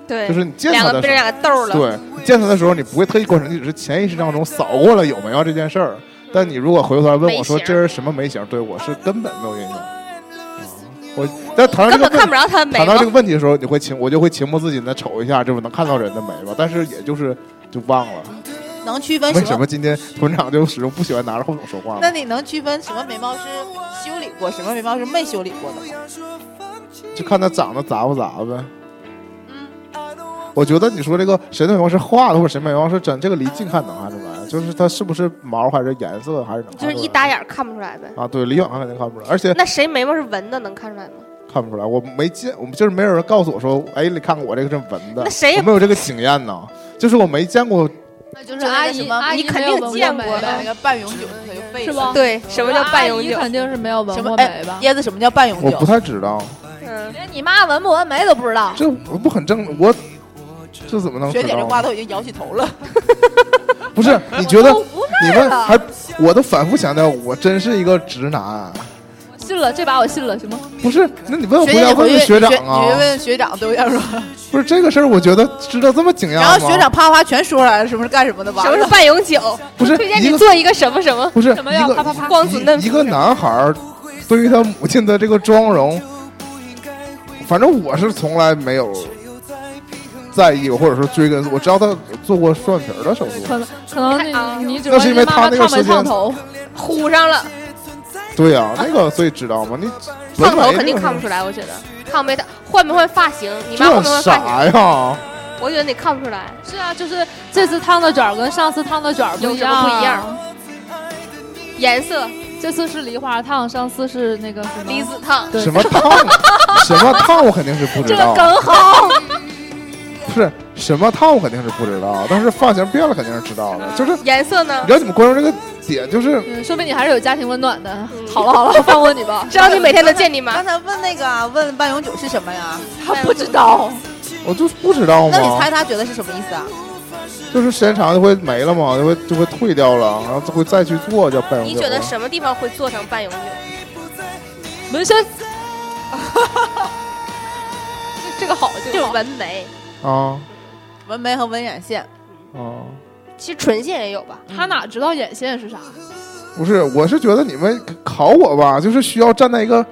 对，就是你见两他的个时变候，成两个豆儿了。对，你见他的时候，你不会特意观察，你只是潜意识当中扫过了有眉毛这件事儿。但你如果回过头来问我说眉形这人什么眉形，对我是根本没有印象。啊我但谈到根这本个看不问着他眉谈到毛这个。问题的时候，你会情我就会情不自禁的瞅一下，这不能看到人的眉毛，但是也就是就忘了。能区分为什什么？么今天团长就始终不喜欢拿着话筒说话那呢？你能区分什么眉毛是修理过，什么眉毛是没修理过的吗？就看他长得杂不杂呗。嗯我觉得你说这个谁的眉毛是画的，或者谁眉毛是真，这个离近看能看出来，就是它是不是毛还是颜色还是能看出就来。是一打眼儿看不出来呗。啊，对，离远看肯定看不出来，而且那谁眉毛是纹的，能看出来吗？看不出来，我没见，我们就是没有人告诉我说，哎，你看我这个是纹的那，谁我没有这个经验呢，就是我没见过那就是就那阿个什姨，么阿姨你肯没有定纹见眉过呗把那个半永久的就废是了吧？对，什么叫半阿永姨久？肯定是没有纹什么过哎眉吧？椰子什么叫半永我久不？太知道，嗯，连你妈纹不纹眉都不知道。这我不很正，我这怎么能知学姐这道瓜呢？都已经摇起头了，不是，你觉得你们还，我都反复强调，我真是一个直男。信了，这把我信了，行吗？ [LAUGHS] 不是，那你问我学回姐家你回问问去学长你去啊？问学长对不 [LAUGHS] 对？不是这个事儿，我觉得知道这么惊讶吗？然后学长啪啪全说出来了，什么是干什么的吧？什么是半永久？不是推荐一你个做一个什么什么？不是一什么呀？啪个啪啪！光子嫩一肤一个什么男孩儿对于他母亲的这个妆容，反正我是从来没有在意，或者说追根。我知道他做过双眼皮儿的手术，可能可能你你只那是因为问妈妈他那个烫没时间烫头，糊上了，对呀、那个所以知道吗？你烫头纹眉肯定这个看不出来，我觉得烫没烫，换没换发型，你妈换没这换发啥呀？型，我觉得你看不出来。是啊，就是这次烫的卷儿跟上次烫的卷儿有一什么样，啊不一样。颜色这次是梨花烫，上次是那个什么离子烫，对什么烫？什么烫？我肯定是不知道。好，不是什么烫，我肯定是不知道，但是发型变了肯定是知道的。就是你颜色呢？知道你们关注这个点，就是嗯说明你还是有家庭温暖的嗯。，好了好了，放过你吧 [LAUGHS] 知道你每天能见你刚吗？才问那个啊问半永久是什么呀？他不知道， [LAUGHS] 我就是不知道那你嘛，猜他觉得是什么意思啊？就是时间长就会没了嘛，就会就会退掉了，然后就会再去做叫半永久。你觉得？什么地方会做成半永久？纹身。这这个好，这个就是好。纹眉，啊纹眉和纹眼线，啊，其实唇线也有吧。他哪知道眼线是啥？不是，我是觉得你们考我吧，就是需要站在一个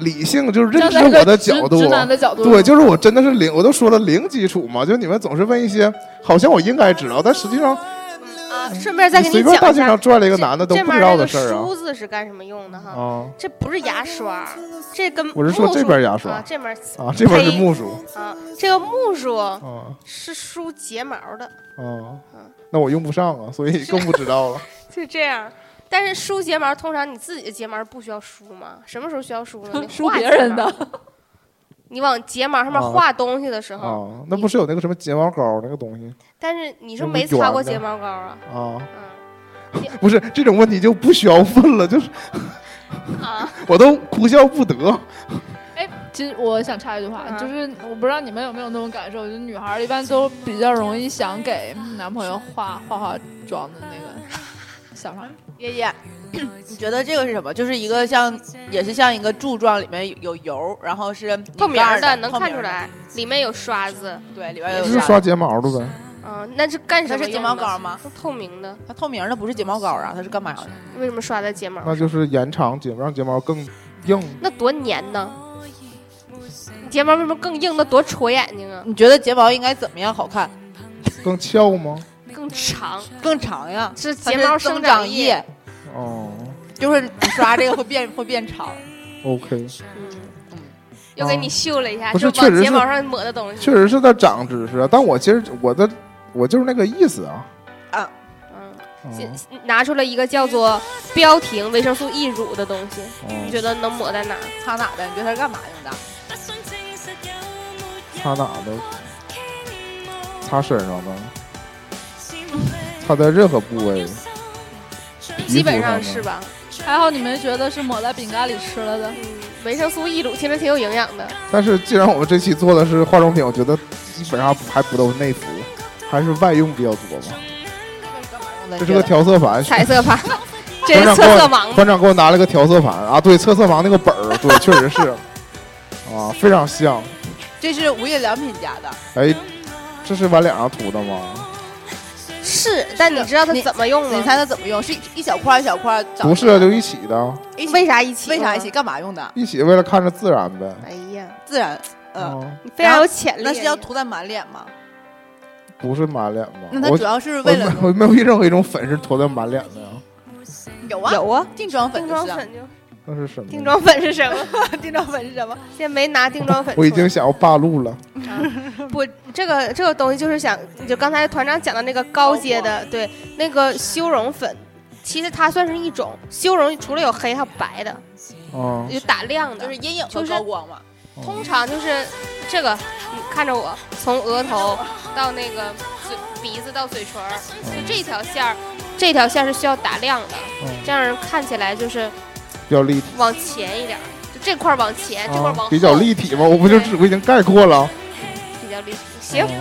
理性，就是认站在知一我个的直角度啊直。男的嗯角度，对，就是我真的是零，我都说了零基础嘛，就你们总是问一些好像我应该知道，但实际上嗯啊，顺便再给随你便大讲一街下上，拽了一个男的都这不面知那道个的事儿啊梳子是干什么用的哈？啊。这不是牙刷，这跟我是说木梳这边牙刷啊，这边啊，这边是木梳啊，这个木梳啊是梳睫毛的，啊，那我用不上啊，所以更不知 [LAUGHS] 道了。就这样。但是梳睫毛，通常你自己的睫毛不需要梳吗？什么时候需 [LAUGHS] 要梳呢？你梳画别睫人毛的。 [LAUGHS] 你往睫毛上面啊画东西的时候，啊，那不是有那个什么睫毛膏那个东西但是你是那不没是卷擦过的睫毛膏啊？啊？嗯不是这种问题就不需要问了，就是啊， [LAUGHS] 我都哭笑不得。其实我想插一句话，嗯就是我不知道你们有没有那种感受，就是女孩儿一般都比较容易想给男朋友化化化妆的那个想法。爷爷， [CLEARS THROAT] 你觉得这个是什么？就是一个像，也是像一个柱状，里面有油，然后是透明儿儿的，的能透明看儿出的，来，里面有刷子，对，里边就有是啥刷睫毛的呗，嗯，那是干什它么是睫用毛的膏？吗？透明的，它透明的不是睫毛膏啊，它是干嘛的？为什么刷在睫毛？那就是延长睫毛，让睫毛更硬。那多粘呢？你睫毛为什么更硬？那多戳眼睛啊，你觉得睫毛应该怎么样好看？更翘吗？更长。更长呀，是它睫是毛增生长液。液，哦就是你刷这个会变会变长。 ，OK，嗯，又给你秀了一下，不是就确实往是睫毛上抹的东西。确实是在长知识啊。但我其实我的我就是那个意思啊。嗯，哦现拿出了一个叫做标婷维生素 E 乳的东西，你哦，觉得能抹在哪儿？擦哪的？你觉得它是干嘛用的？擦哪的？擦身上的。它的任何部位，皮基本肤上的是吧？还好你没觉得是抹在饼干里吃了的。嗯维生素 E 乳听着挺有营养的，但是既然我们这期做的是化妆品，我觉得基本上还不都是内服，还是外用比较多吧。这是个调色盘，彩色盘，真馆长是测给我色盲。馆长给我拿了个调色盘啊，对，测色盲那个本儿，对，确实是，啊，非常像。这是无印良品家的，哎，这是往脸上涂的吗？是，但你知道它你怎么用你吗？猜它怎么用？是一一小块儿一小块儿长的？不是，就一起的，一起为啥一起？为啥一起？？嗯干嘛用的？一起为了看着自然呗。哎呀，自然，嗯，啊，你非常有潜力。那是要涂在满脸吗？不是满脸吗？那它我主要是我为了没我没有任何一种粉是涂在满脸的呀，有啊有啊，定妆粉定就妆是啊，粉就那是什么？。定妆粉是什么？ [LAUGHS] 定妆粉是什么？现在没拿定妆粉我已出来经想要霸路了。不，这个这个东西就是想，就刚才团长讲的那个高阶的，对，那个修容粉，其实它算是一种修容，除了有黑还有白的，啊，有打亮的，就是阴影和就是高光嘛。呃哦通常就是这个，你看着我，从额头到那个嘴鼻子到嘴唇儿，就这条线儿，这条线儿是需要打亮的，嗯这样人看起来就是比较立体。往前一点儿，就这块儿往前，哎这块儿往啊后，比较立体嘛，我不就对只我已经概括了。比较立体。行，嗯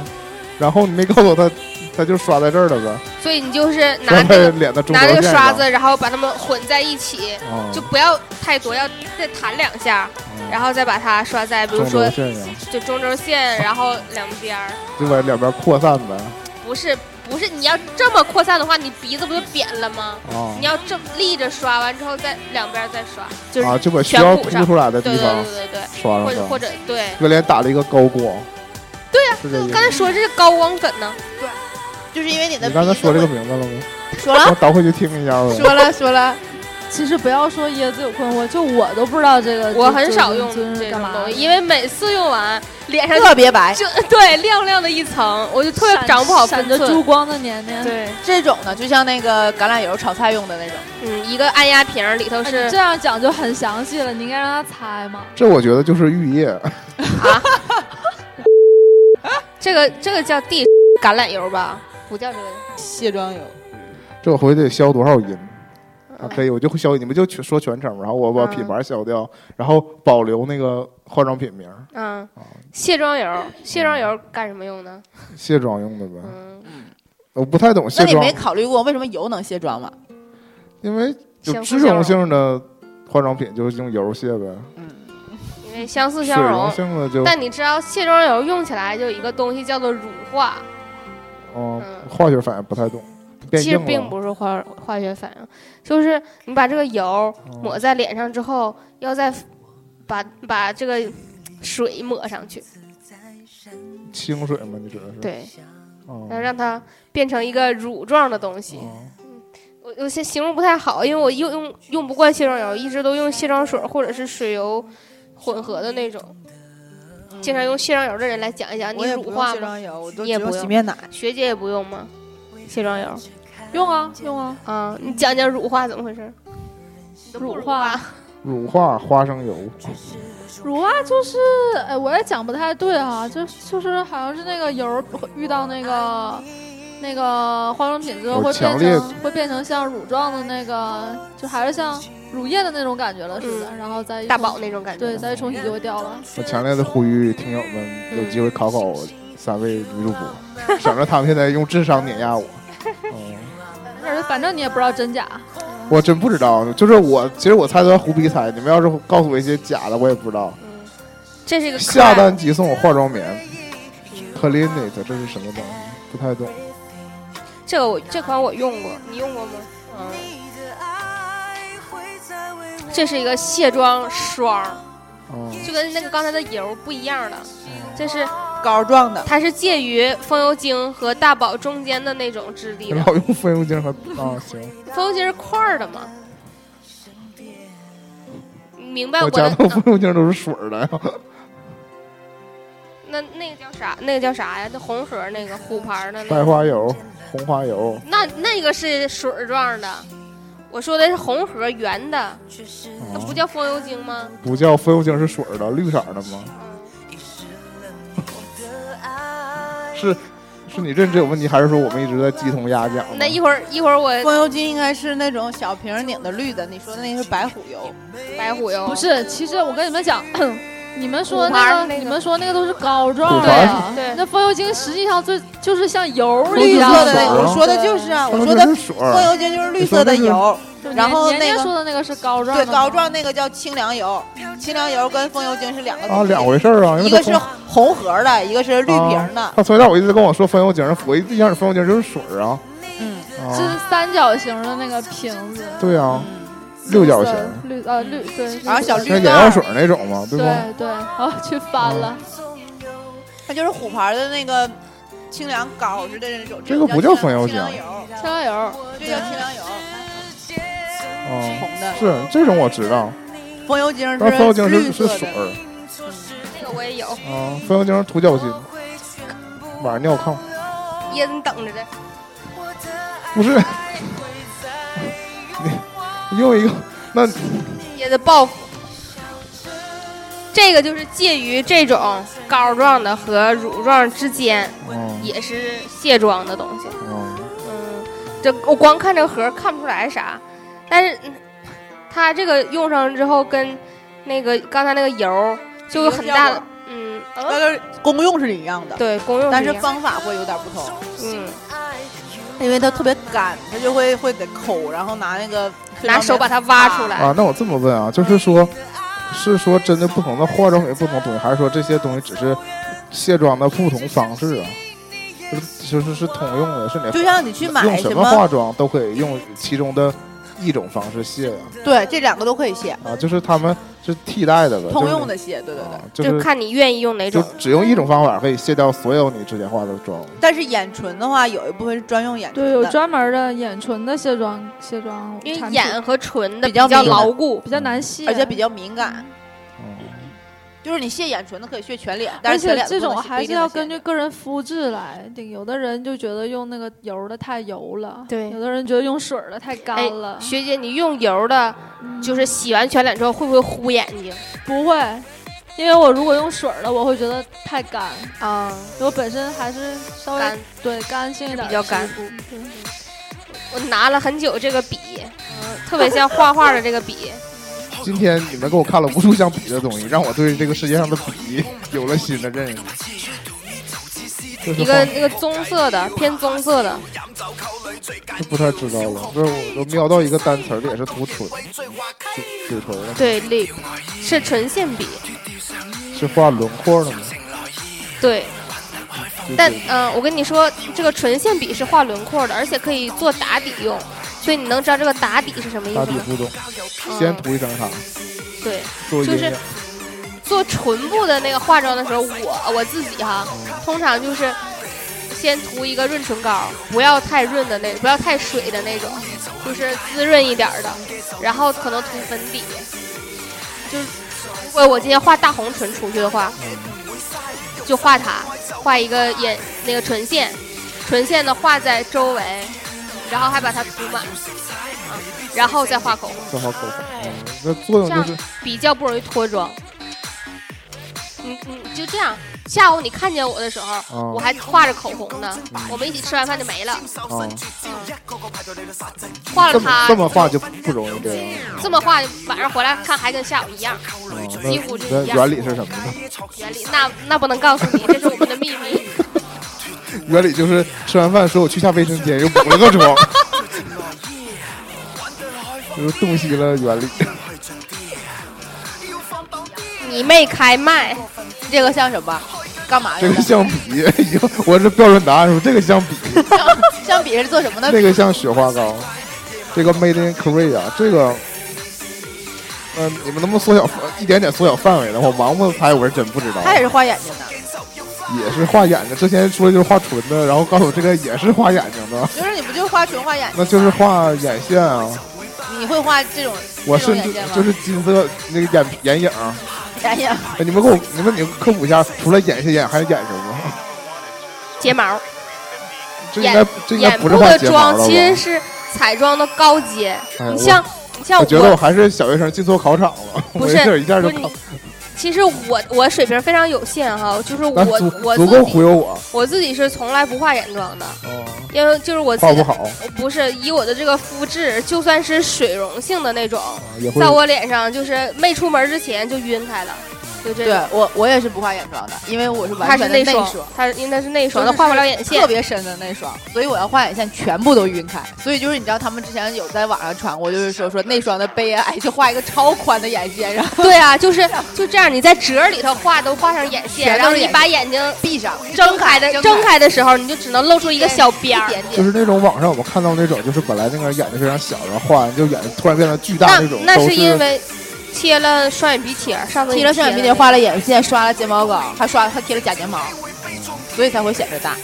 然后你没告诉我他，他就刷在这儿了呗，所以你就是拿刷那在个脸的中拿那轴个线刷上。子，然后把它们混在一起。啊，就不要太多，要再弹两下，哦然后再把它刷在，比比如说这样，就中轴线，然后两边儿，就把两边扩散呗。不是不是，你要这么扩散的话，你鼻子不就扁了吗？啊你要这么立着刷完之后，再两边儿再刷，就是、啊，就把需全要补凸上出来的对地对方啊对对对，刷上或去者，或者对，给脸打了一个高光。对呀，是这意刚才思。说这是高光粉呢，就是因为你的你刚才鼻子说这个会名字了吗？说啊了我倒回去听一下呗。说了说了，其实不要说椰子有困惑，就我都不知道这个。我很少就用就是这干种嘛东西，因为每次用完脸上特别白，就对亮亮的一层，我就特别闪长不好分闪着寸嗯珠。光的年年。啊对，这种的就像那个橄榄油炒菜用的那种，嗯，一个按压瓶儿里头哎是你这样讲就很详细了，你应该让他猜嘛。这我觉得就是浴液，这个这个叫 D 橄榄油吧？不叫这个，卸妆油。这我回去得消多少音？啊，嗯可以，我就会消，你们就全说全称，然后我把嗯品牌消掉，然后保留那个化妆品名儿，嗯，啊卸妆油，卸妆嗯油干什么用呢？卸妆用的呗。嗯，我不太懂卸那你妆没，考虑过为什么油能卸妆吗？因为有相脂似溶相容性的化妆品就是用油卸呗，因为相似水相溶融。性的就但你知道卸妆油用起来就有一个东西叫做乳化，嗯嗯化学反应不太懂，变其实硬并了。不是化化学反应，就是你把这个油嗯抹在脸上之后，要再把把这个水抹上去，清水嘛，你指的是？对，嗯，然后让它变成一个乳状的东西。嗯我我现形容不太好，因为我用用用不惯卸妆油，一直都用卸妆水或者是水油混合的那种。经常用卸妆油的人来嗯讲一讲，你乳化吗？油，我都你也不用面奶。学姐也不用吗？卸妆油用啊用啊，啊，你讲讲乳化怎么回事？乳化乳化花生油，乳化啊就是，哎，我也讲不太对啊，就就是好像是那个油儿遇到那个那个化妆品之后有会强变烈成会变成像乳状的那个，就还是像乳液的那种感觉了似的，然后再一嗯大冲宝那种感觉。对，再一冲洗就会掉了。我强烈的呼吁听友们有机会考考三位女主 [LAUGHS] 播，省着他们现在用智商碾压我。嗯，而反正你也不知道真假，我真不知道，就是我，其实我猜都在胡逼猜，你们要是告诉我一些假的，我也不知道。嗯，这是一个下 crack 单即送化妆棉 c l e a n It，这是什么东西？不太懂。这个我这款我用过，你用过吗？嗯，这是一个卸妆霜，嗯， [LAUGHS] 就跟那个刚才的油不一样了，这是膏状的，它是介于风油精和大宝中间的那种质地你的。老用风油精和 [LAUGHS] 啊，行，风油精是块儿的嘛？你明白我我家的？的风油精都是水儿的呀。 [LAUGHS] 那那个叫啥？那个叫啥呀？那红盒那个虎牌儿的那白个，花油、红花油，那那个是水儿状的。我说的是红盒圆的，那不嗯、叫风油精吗？不叫风油精是水儿的，绿色儿的吗？嗯是是你认知有问题，还是说我们一直在鸡同鸭讲呢？那一会儿一会儿我风油精应该是那种小瓶儿拧的绿的，你说的那个是白虎油，白虎哟，不是，其实我跟你们讲， [COUGHS] 你们说骨牌那儿个，那个你们说那个都是膏状骨的牌呀儿。对那风油精实际上最就是像油儿一绿样色的水那儿个。啊我说的就是啊，我说的这是水儿风油精就是绿色的你油，就然后年那年个年说的那个是膏状对的，膏状那个叫清凉油，清凉油跟风油精是两个东西啊，两回事儿啊，因为一它个从是红盒的，一个是绿瓶的啊。他从小我一直跟我说风油精，我一印象里风油精就是水儿啊。嗯，啊，是三角形的那个瓶子，对啊，六角形，绿呃绿对，然后小绿像眼袋药儿，水那种嘛，对不？啊对对，好去翻了，它就是虎牌的那个清凉膏似的那种。这个不叫叫风油精清凉油，香料油，这叫清凉油，嗯啊，红的。是这种我知道，风油精但是风油精是绿色是的，水儿这个我也有，啊，风油精是涂脚心，晚上尿炕椰子你等着的，不是。 [LAUGHS] 你用一个，那椰子报复。这个就是介于这种膏状的和乳状之间，嗯也是卸妆的东西。嗯，嗯，这我光看这盒儿看不出来啥，但是嗯它这个用上之后跟那个刚才那个油儿就有很大一个效的果，嗯，它呃的功用是一样的，对，功用但是一样方法会有点不同，嗯， [LAUGHS] 因为它特别干，它就会会得抠，然后拿那个拿手把它挖出来，啊，那我这么问啊，就是说，是说真的不同的化妆品不同东西，还是说这些东西只是卸妆的不同方式啊？就是就是是通用的，是你就像你去买用什什么化妆都可以用其中的一种方式卸呀、对，这两个都可以卸，啊，就是他们是替代的呗，通用的，的卸，对对对。啊、就就是看你愿意用哪就种。只用一种方法可以卸掉所有你之前化的妆。但是眼唇的话，有一部分是专用眼唇对，的，有专门的眼唇的卸妆卸妆产品，因为眼和唇的比较较敏感牢固，比较难卸，而且比较敏感。嗯，就是你卸眼唇的可以卸全脸，但而是全且脸这不能种卸还是要根。不一定能卸据个人肤质来定，有的人就觉得用那个油的太油了，对有的人觉得用水的太干哎了，学姐，你用油的，嗯就是洗完全脸之后会不会糊眼睛？不会，因为我如果用水的，我会觉得太干，啊，我本身还是稍微干。对干性一点儿比较皮干肤，对我拿了很久这个笔，嗯特 [LAUGHS] 哦别像画画的这个笔。今天你们给我看了无数像笔的东西，让我对这个世界上的笔有了新的认识。这是一个那个棕色的，偏棕色的，这不太知道了，就是我我瞄到一个单词儿也是涂唇，嘴嘴唇儿的，对，lip 是唇线笔，是画轮廓的吗？对。就但是嗯、呃我跟你说，这个唇线笔是画轮廓的，而且可以做打底用，所以你能知道这个打底是什么意大思体吗？不懂，嗯先涂一层它，对，做就阴是影。做唇部的那个化妆的时候，我我自己哈，通常就是先涂一个润唇膏，不要太润的那，不要太水的那种，就是滋润一点儿的，然后可能涂粉底。就是如果我今天画大红唇出去的话，就画它，画一个眼那个唇线，唇线呢画在周围，然后还把它涂满，啊然后再画口红。正好口红，嗯那作用就是比较不容易脱妆。你你就这样，下午你看见我的时候，哦嗯我还画着口红呢。我们一起吃完饭就没了，嗯啊，画了这么它这么画就不容易这样。这么画，晚上回来看还跟下午一样。啊那几乎就那一样原理是什么呢？ [LAUGHS] 原理那那不能告诉你，这是我们的秘密。原理就是吃完饭说我去下卫生间，又补了个妆， [LAUGHS] 就是洞悉了原理。 [LAUGHS] 你没开麦，这个像什么？干嘛这用个的？像笔，以后我是标准答案说这个像笔，像笔是做什么的？那个像雪花膏，这个 Made in Korea，这个，嗯、你们能不能缩小呃一点点缩小范围呢？我盲目猜，我是真不知道。它也是画眼睛的，也是画眼睛，之前说的就是画唇的，然后告诉我这个也是画眼睛 [LAUGHS] 的，就是你不就画唇画眼睛那吗？就是画眼线啊。你会画这种我这种甚眼至线吗？就是金色那个眼皮眼影儿，眼影，哎你们给我，你们你们科普一下，除了眼线眼还有眼什么？睫毛， [LAUGHS] 这应该眼这应该眼不部是画的睫毛妆了其实吧？是彩妆的高阶。哎你像你像我觉得我还是小学生进错考场了，不没是事一下不就是考你，其实我我水平非常有限哈，就是那我足我足够自忽己悠我，我自己是从来不化眼妆的，哦，因为就是我自画己不的好不是以我的这个肤质，就算是水溶性的那种，啊也会在我脸上就是没出门之前就晕开了，就这对种。我我也是不画眼妆的，因为我是它完是全的内双双，，它因为它是内双，就它是画不了眼线特。别深的内双，所以我要画眼线全部都晕开。所以就是你知道他们之前有在网上传过，就是说说内双的悲哀，就画一个超宽的眼线，然后对啊，就是就这样，你在褶里头画都画上眼线，全然都后是你眼把眼睛闭上睁开的睁睁开的时候，你就只能露出一个小边一儿。点就点。是那种网上我们看到那种，就是本来那个眼睛非常小，然后画完就眼睛突然变得巨大那种，那都是是因为贴了双眼皮贴儿，上次贴你了双眼皮贴，的画了眼线，刷了睫毛膏，还刷还贴了假睫毛，所以才会显示大，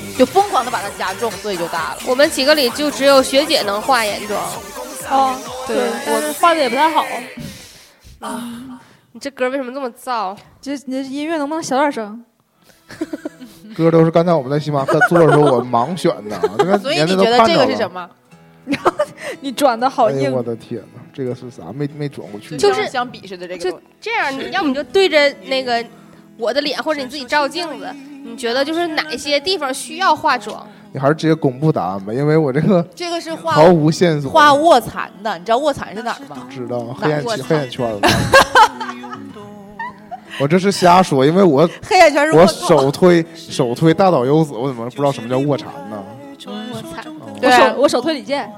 嗯就疯狂的把它加重，所以就大了。我们几个里就只有学姐能画眼妆，哦，对我画的也不太好。你这歌为什么这么燥？这你这音乐能不能小点声？歌都是刚才我们在星巴克坐的时候我盲选的，这个所以年你龄都觉得看这着个是了什么？你转的好哎呦硬我。的天呐，这个是啥？没没转过去，就是相比似的这个就东西，这样，你要么你就对着那个我的脸，或者你自己照镜子，你觉得就是哪些地方需要化妆？你还是直接公布答案吧，因为我这个这个是画毫无线索。画卧蚕的，你知道卧蚕是哪儿吗？知道黑眼我圈操黑眼圈了。 [LAUGHS] 我这是瞎说，因为我黑眼圈是卧我蚕。首推首推大岛优子，我怎么不知道什么叫卧蚕呢？我操！我对啊手我手推李健，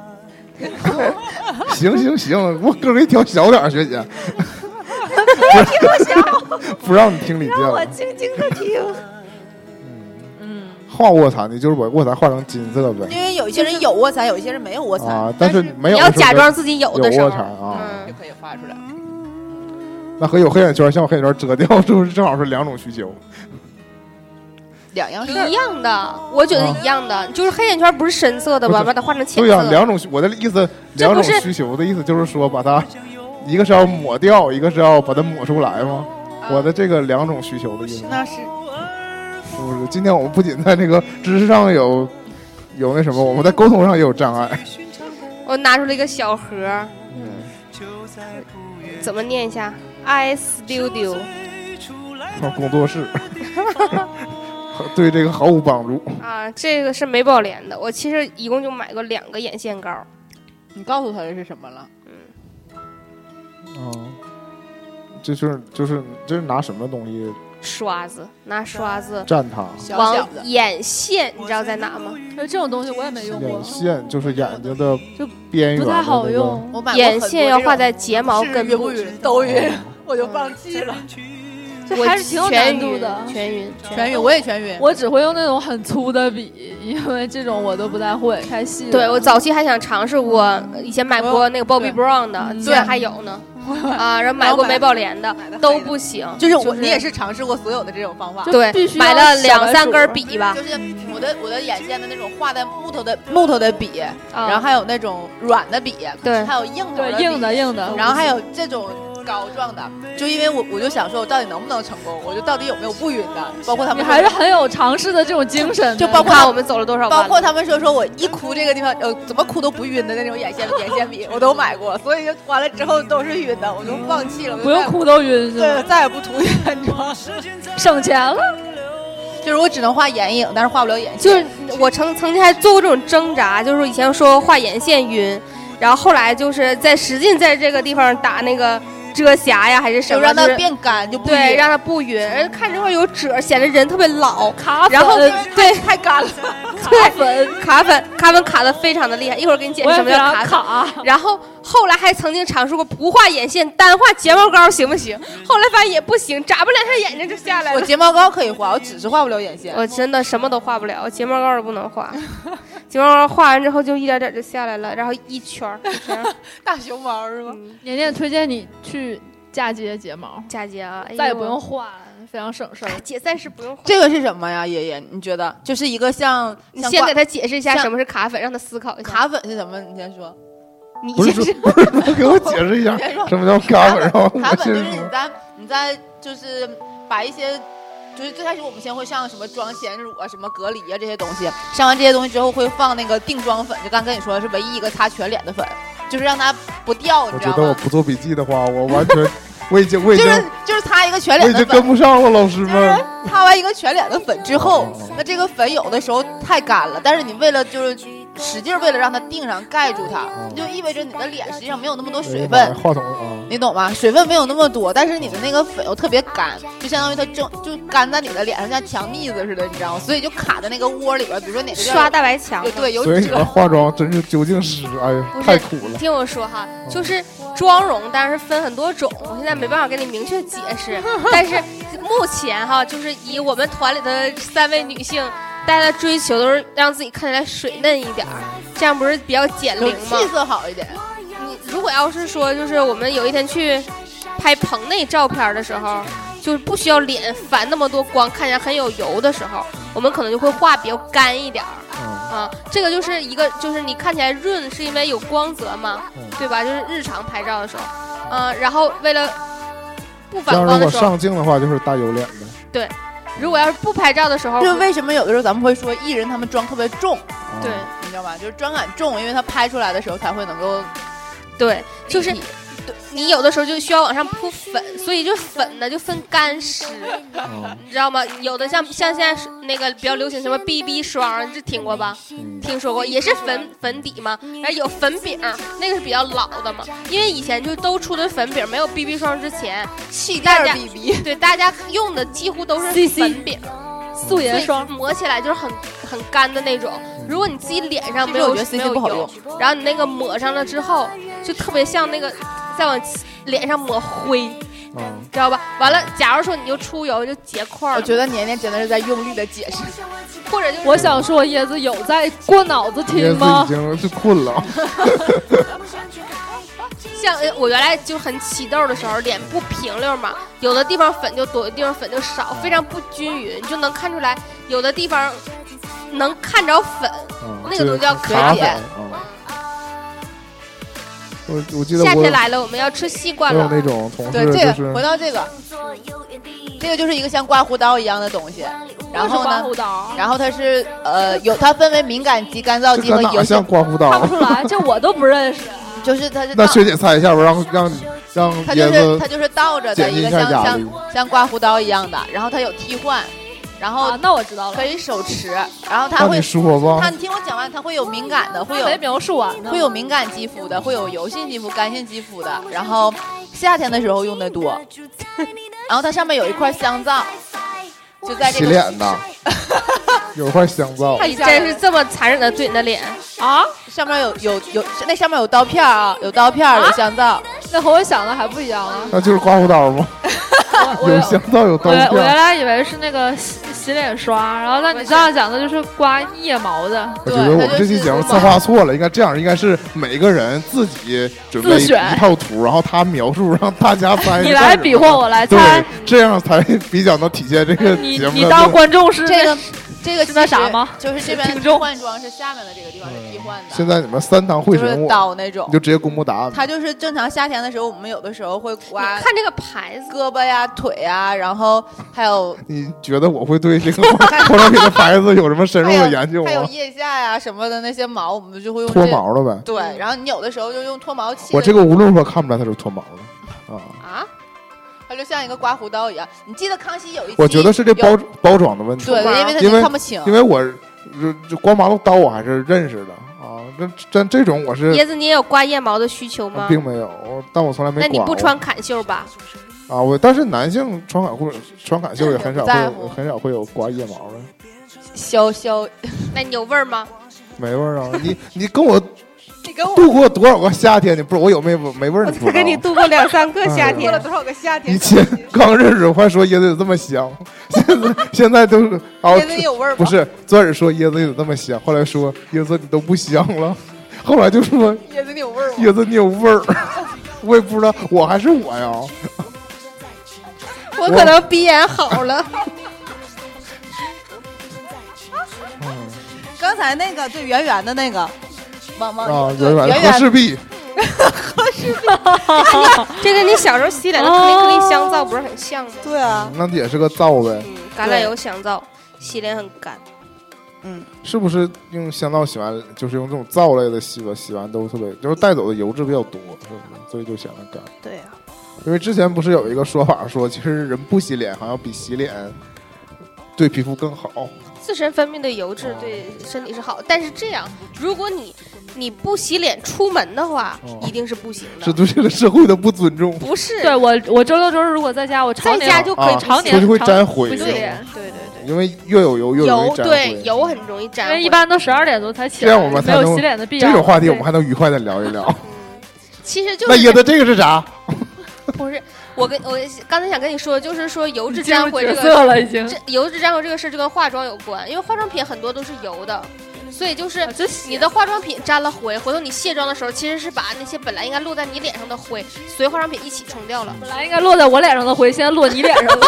行行行，我歌给你调小点儿，学姐。 [LAUGHS] 不让你听李健了。静静的听。画卧蚕的，就是把卧蚕画成金色呗。 [LAUGHS] 因为有一些人有卧蚕，有一些人没有卧蚕，啊，但是没有你的要时候假装自己有的时有候卧蚕啊就嗯，可以画出来。那和有黑眼圈，像我黑眼圈遮掉，是 [LAUGHS] 不是正好是两种需求？两样事儿一，样的，我觉得啊一样的，就是黑眼圈不是深色的不吧？是把它画成浅对色呀、的。两种需我的意思，这两不种是需求的意思就是说，把它一个是要抹掉，一个是要把它抹出来吗？嗯我的这个两种需求的意思，那是是不是？今天我们不仅在那个知识上有有那什么，我们在沟通上也有障碍。我拿出了一个小盒儿，嗯怎么念一下？I studio 工作室对这个毫无帮助。啊，这个是美宝莲的。我其实一共就买过两个眼线膏，你告诉他这是什么了？嗯，就是就是就是拿什么东西刷子，拿刷子蘸它？小小往的，眼线，你知道在哪吗？哎，这种东西我也没用过眼，线就是眼睛的哦就边缘、不太好。用。我买过眼很多线要这种画在睫毛根是部，晕不晕都晕，我就放弃了。这我还是挺有全难度晕的。全晕，全嗯晕，我也全晕。我只会用那种很粗的笔，因为这种我都不太会，太细了。对我早期还想尝试过，呃以前买过那个 Bobbi 啊哦对 Brown 的，嗯现在还有呢，啊，然后买然后过买美宝莲的买的黑都的不行，就是我，就是你也是尝试过所有的这种方法就。对必，须买要了小两白三鼠根笔吧就，是我的我的眼线的那种画在木头的木头的笔，啊然后还有那种软的笔，对还有嗯硬头对笔硬的硬的，然后还有这种膏状的，就因为我我就想说，我到底能不能成功？我就到底有没有不晕的？包括他你们还是很有尝试的这种精神的，就包括看我们走了多少弯包路括他们说说我一哭这个地方，呃，怎么哭都不晕的那种眼线眼线笔，我都买过，所以就完了之后都是晕的，我就放弃了，我就不用再也，哭都晕是对，吧？再也不涂眼 [LAUGHS] 妆，省钱了，就是我只能画眼影，但是画不了眼线。就是我曾曾经还做过这种挣扎，就是以前说画眼线晕，然后后来就是在使劲在这个地方打那个遮瑕呀还是什就么，让它就是变干，就不对晕让它不晕，而看这块有褶，显得人特别老。卡粉然后对太干了。卡粉 [LAUGHS] 卡粉卡粉卡的非常的厉害，一会儿给你解释我也什么非叫常卡粉。卡，然后后来还曾经尝试过不画眼线，单画睫毛膏行不行？后来发现也不行，眨巴两下眼睛就下来我了。睫毛膏可以画，我只是画不了 [LAUGHS] 眼线。我真的什么都画不了，睫毛膏也不能画， [LAUGHS] 睫毛膏画完之后就一点点就下来了，然后一圈儿一圈 [LAUGHS] 儿大熊猫是吗？年年推荐你去嫁接睫毛，嫁接啊，哎呦再也不用画，非常省事儿哎。姐暂时不用画。这个是什么呀，爷爷？你觉得就是一个像你像先挂给他解释一下像什么是卡粉，让他思考一下。卡粉是什么？你先说。你不是先说是不是说给我解释一 [LAUGHS] 下先说什么叫卡粉，然后卡 [LAUGHS] 我粉就先是你说。在你在就是把一些。就是最开始我们先会上什么妆前乳啊、什么隔离啊这些东西，上完这些东西之后会放那个定妆粉，就刚跟你说的是唯一一个擦全脸的粉，就是让它不掉，我你知觉道得我吗？不做笔记的话，我完全我已经我已就经是就是擦一个全我脸已的经粉跟，不上了，老师就是们。擦完一个全脸的粉之后哦，那这个粉有的时候太干了，但是你为了就是使劲儿为了让它定上盖住它，嗯就意味着你的脸实际上没有那么多水哎呀分妈呀。话筒啊，你懂吗？水分没有那么多，但是你的那个粉又特别干，就相当于它正就干在你的脸上，像墙腻子似的，你知道吗？所以就卡在那个窝里边儿。比如说哪个地方刷大白墙有，对有 [LAUGHS] 所以你褶们化妆真是究竟是，哎呀不，是太苦了。哦听我说哈，就是妆容，当然是分很多种，我现在没办法跟你明确解 [LAUGHS] 释。但是目前哈，就是以我们团里的三位女性，大家的追求都是让自己看起来水嫩一点儿，这样不是比较减 [LAUGHS] 有龄吗气？色好一点。你如果要是说，就是我们有一天去拍棚内照片的时候，就是不需要脸反那么多光，看起来很有油的时候，我们可能就会画比较干一点儿。嗯啊，这个就是一个，就是你看起来润是因为有光泽嘛嗯，对吧？就是日常拍照的时候，啊，然后为了不这反样如光果的时候，上镜的话，就是大油脸呗。如果要是不拍照的时候，就是为什么有的时候咱们会说艺人他们妆特别重，啊对你知道吧？就是妆感重，因为他拍出来的时候才会能够对，就是立体你有的时候就需要往上铺粉，所以就粉呢就分干湿，啊你知道吗？有的像像现在是那个比较流行什么 BB 霜，这听过吧？嗯听说过，也是粉粉底嘛，然后有粉饼，那个是比较老的嘛，因为以前就都出的粉饼，没有 BB 霜之前，气大垫家 BB，对大家用的几乎都是 CC 粉饼，素所颜以霜，抹起来就是很很干的那种。如果你自己脸上没其实有我觉得 CC 没有不好油，然后你那个抹上了之后，就特别像那个再往脸上抹灰，啊，知道吧？完了，假如说你就出油就结块儿我了，觉得年年真的是在用力的解释，或者就是我想说椰子有在过脑子椰听子已吗？经是困了。像呃我原来就很起痘的时候，脸不平溜嘛，有的地方粉就多，有的地方粉就少，非常不均匀，就能看出来有的地方能看着粉。啊那个东西叫卡可以粉啊。我我记得夏我天来了，我们要吃西瓜我有了。那种同对事这就个回是到这个，这个就是一个像刮胡刀一样的东西，然后刮呢，胡刀，然后它是呃有它分为敏感肌、干燥这肌和搁哪油像性，刮胡看不刀？出来，这我都不认识。就是它是 [LAUGHS] 那倒学姐猜一下吧，让让让它就椰是它子就是倒着的减一轻个一下像压力像。像刮胡刀一样的，然后它有替换，然后哦啊，那我知道了可，以手持，然后它让会你舒服不？它你听我讲完，它会有敏感的，会有没描述完呢会。有敏感肌肤的，会有油性肌肤、干性肌肤的，然后夏天的时候用的多，然后它上面有一块香皂，就 [LAUGHS] 在洗这个脸 [LAUGHS] 的，有一块香皂，你真是这么残忍的对你的 [LAUGHS] 脸，啊，上面有有有那上面有刀片儿啊，有刀片儿，有香皂，那和我想的还不一样啊！那就是刮胡刀吗？我有香皂，有刀我原我原片。来以为是那个洗洗脸刷，然后那你这样讲的就是刮腋毛的，我对觉得我们它这就期是节目自策划错了，应该这样，应该是每个人自己准备自一选套图，然后他描述，让大家猜。你来比划，我来猜哎对，，这样才比较能体现这个你节目你的当观众嗯是这个这个是那啥吗？就是这边听的替众换装是下面的这个地方是替换的，嗯现在你们三堂会就审是我，刀那种你就，直接公布答案吧。它就是正常夏天的时候，我们有的时候会刮你看这个牌子，胳膊呀、腿呀，然后 [LAUGHS] 还有你觉得我会对这个化妆品的牌子有什么深入还的有研究还有吗？腋下呀什么的那些毛，我们就会用脱这毛了呗。对，然后你有的时候就用脱毛器的，我这个无论如何看不出来它是脱毛的啊。啊，它就像一个刮胡刀一样。你记得康熙有一期，我觉得是这包包装的问题，对，因为他因为看不清因，为我这这光马路刀我还是认识的啊。这但这种我是椰子，你也有刮腋毛的需求吗？嗯啊并没有，但我从来没那刮你过。不穿坎袖吧？啊？我但是男性穿坎裤、穿坎袖也很少不在乎会很少会有刮腋毛的，消消，那你有味儿吗？没味儿啊！你你跟我你跟我度过多少个夏天？你不是我有没没味儿？你不知道？啊度过两三个夏过了天，多少个夏嗯天以？前刚认识，我还说椰子有这么香，现在现在都是啊，椰子有味儿吗？不，是昨儿说椰子有这么香，后来说椰子你都不香了，后来就说椰子有味儿吗？椰子你有味儿， [LAUGHS] 我也不知道我还是我呀，我可能鼻炎好了。嗯刚才那个对圆圆的那个，往往啊，对圆圆圆和氏璧，这跟 [LAUGHS] 你小时候洗脸的克林克林香皂不是很像吗？对啊，那也是个皂呗，嗯，橄榄油香皂洗脸很干。是不是用香皂洗完，就是用这种皂类的洗吧，洗完都特别，就是带走的油脂比较多，是不是？所以就显得干。对啊，因为之前不是有一个说法说，其实人不洗脸好像比洗脸对皮肤更好。自身分泌的油哦脂对身体是好，但是这样，如果你你不洗脸出门的话，哦一定是不行是的。对这个社会的不尊重，不是，对我，我周六周日如果在家，我常在年家就可以啊常年就会常沾灰不是洗吗脸，对对对，因为越有油越容易油沾对灰。油很容易沾因灰。为一般都十二点多才起来，这样我们才没有能洗脸的必要。这种话题我们对还能愉快的聊一聊。嗯，其实就那椰是子这个是啥？不是我跟我刚才想跟你说，就是说油脂进入沾灰这角个色了已经。这油脂沾灰这个事儿就跟化妆有关，因为化妆品很多都是油的，所以啊就是嗯你的化妆品沾了灰，回头你卸妆的时候，其实是把那些本来应该落在你脸上的灰，随化妆品一起冲掉了。本来应该落在我脸上的灰，现在落你 [LAUGHS] 脸上了。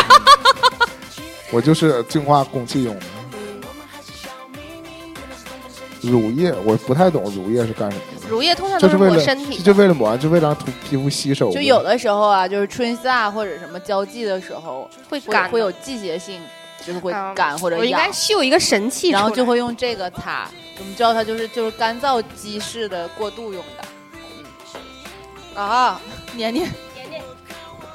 我就是净化空气用的。乳液我不太懂，乳液是干什么的？乳液通常就都是为抹了身体就的，为了抹完，就为了让涂皮肤吸收。就有的时候啊，就是春夏或者什么交际的时候，会会干会的。有季节性，就是会嗯干或者我应痒该，秀一个神器出来，然后就会用这个擦。我们知道它就是就是干燥机式的过渡用的。嗯啊，年年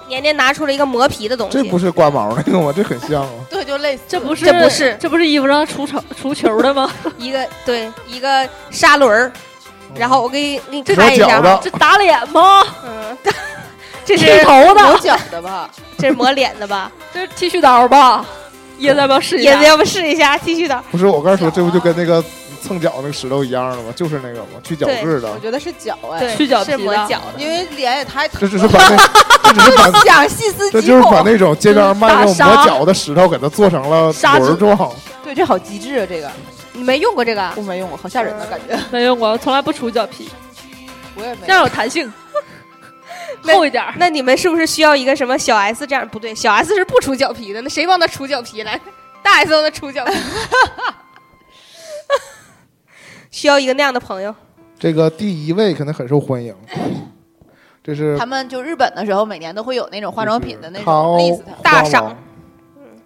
年年拿出了一个磨皮的东西，这不是刮毛那个吗？这很像 [LAUGHS] 啊。对，就类似这不是这不是这不是衣服上除球除球的吗？ [LAUGHS] 一个对一个砂轮儿，然后我给你给你有开一下脚的哈，这打脸吗？嗯，这剃是头有的，脚的 [LAUGHS] 吧？这是抹脸的 [LAUGHS] 吧？这是剃须刀吧？椰子要不要试一椰下子？要不试一下剃须刀？不是我刚才说，这不就跟那个蹭脚那个石头一样的吗？就是那个嘛，去角质我的。觉得是脚哎，对，去角皮是的抹脚的，因为脸也太这只是把那，这只是把， [LAUGHS] 想细思这极就是把恐。那种街边儿卖那种大沙磨脚的石头给它做成了沙子轮儿状。对，这好机智啊！这个你没用过这个？啊我没用过，好吓人的感觉。没用过，我从来不除脚皮， [LAUGHS] 我也没这样有弹 [LAUGHS] 性，那厚一点儿。 [LAUGHS] 那你们是不是需要一个什么小 S 这样？不对，小 S 是不出脚皮的，那谁帮他出脚皮来？ [LAUGHS] 大 S 帮他出脚皮， [LAUGHS] 需要一个那样的朋友。这个第一位可能很受欢迎，这是他们就日本的时候，每年都会有那种化妆品的就那是种 list，淘大宝赏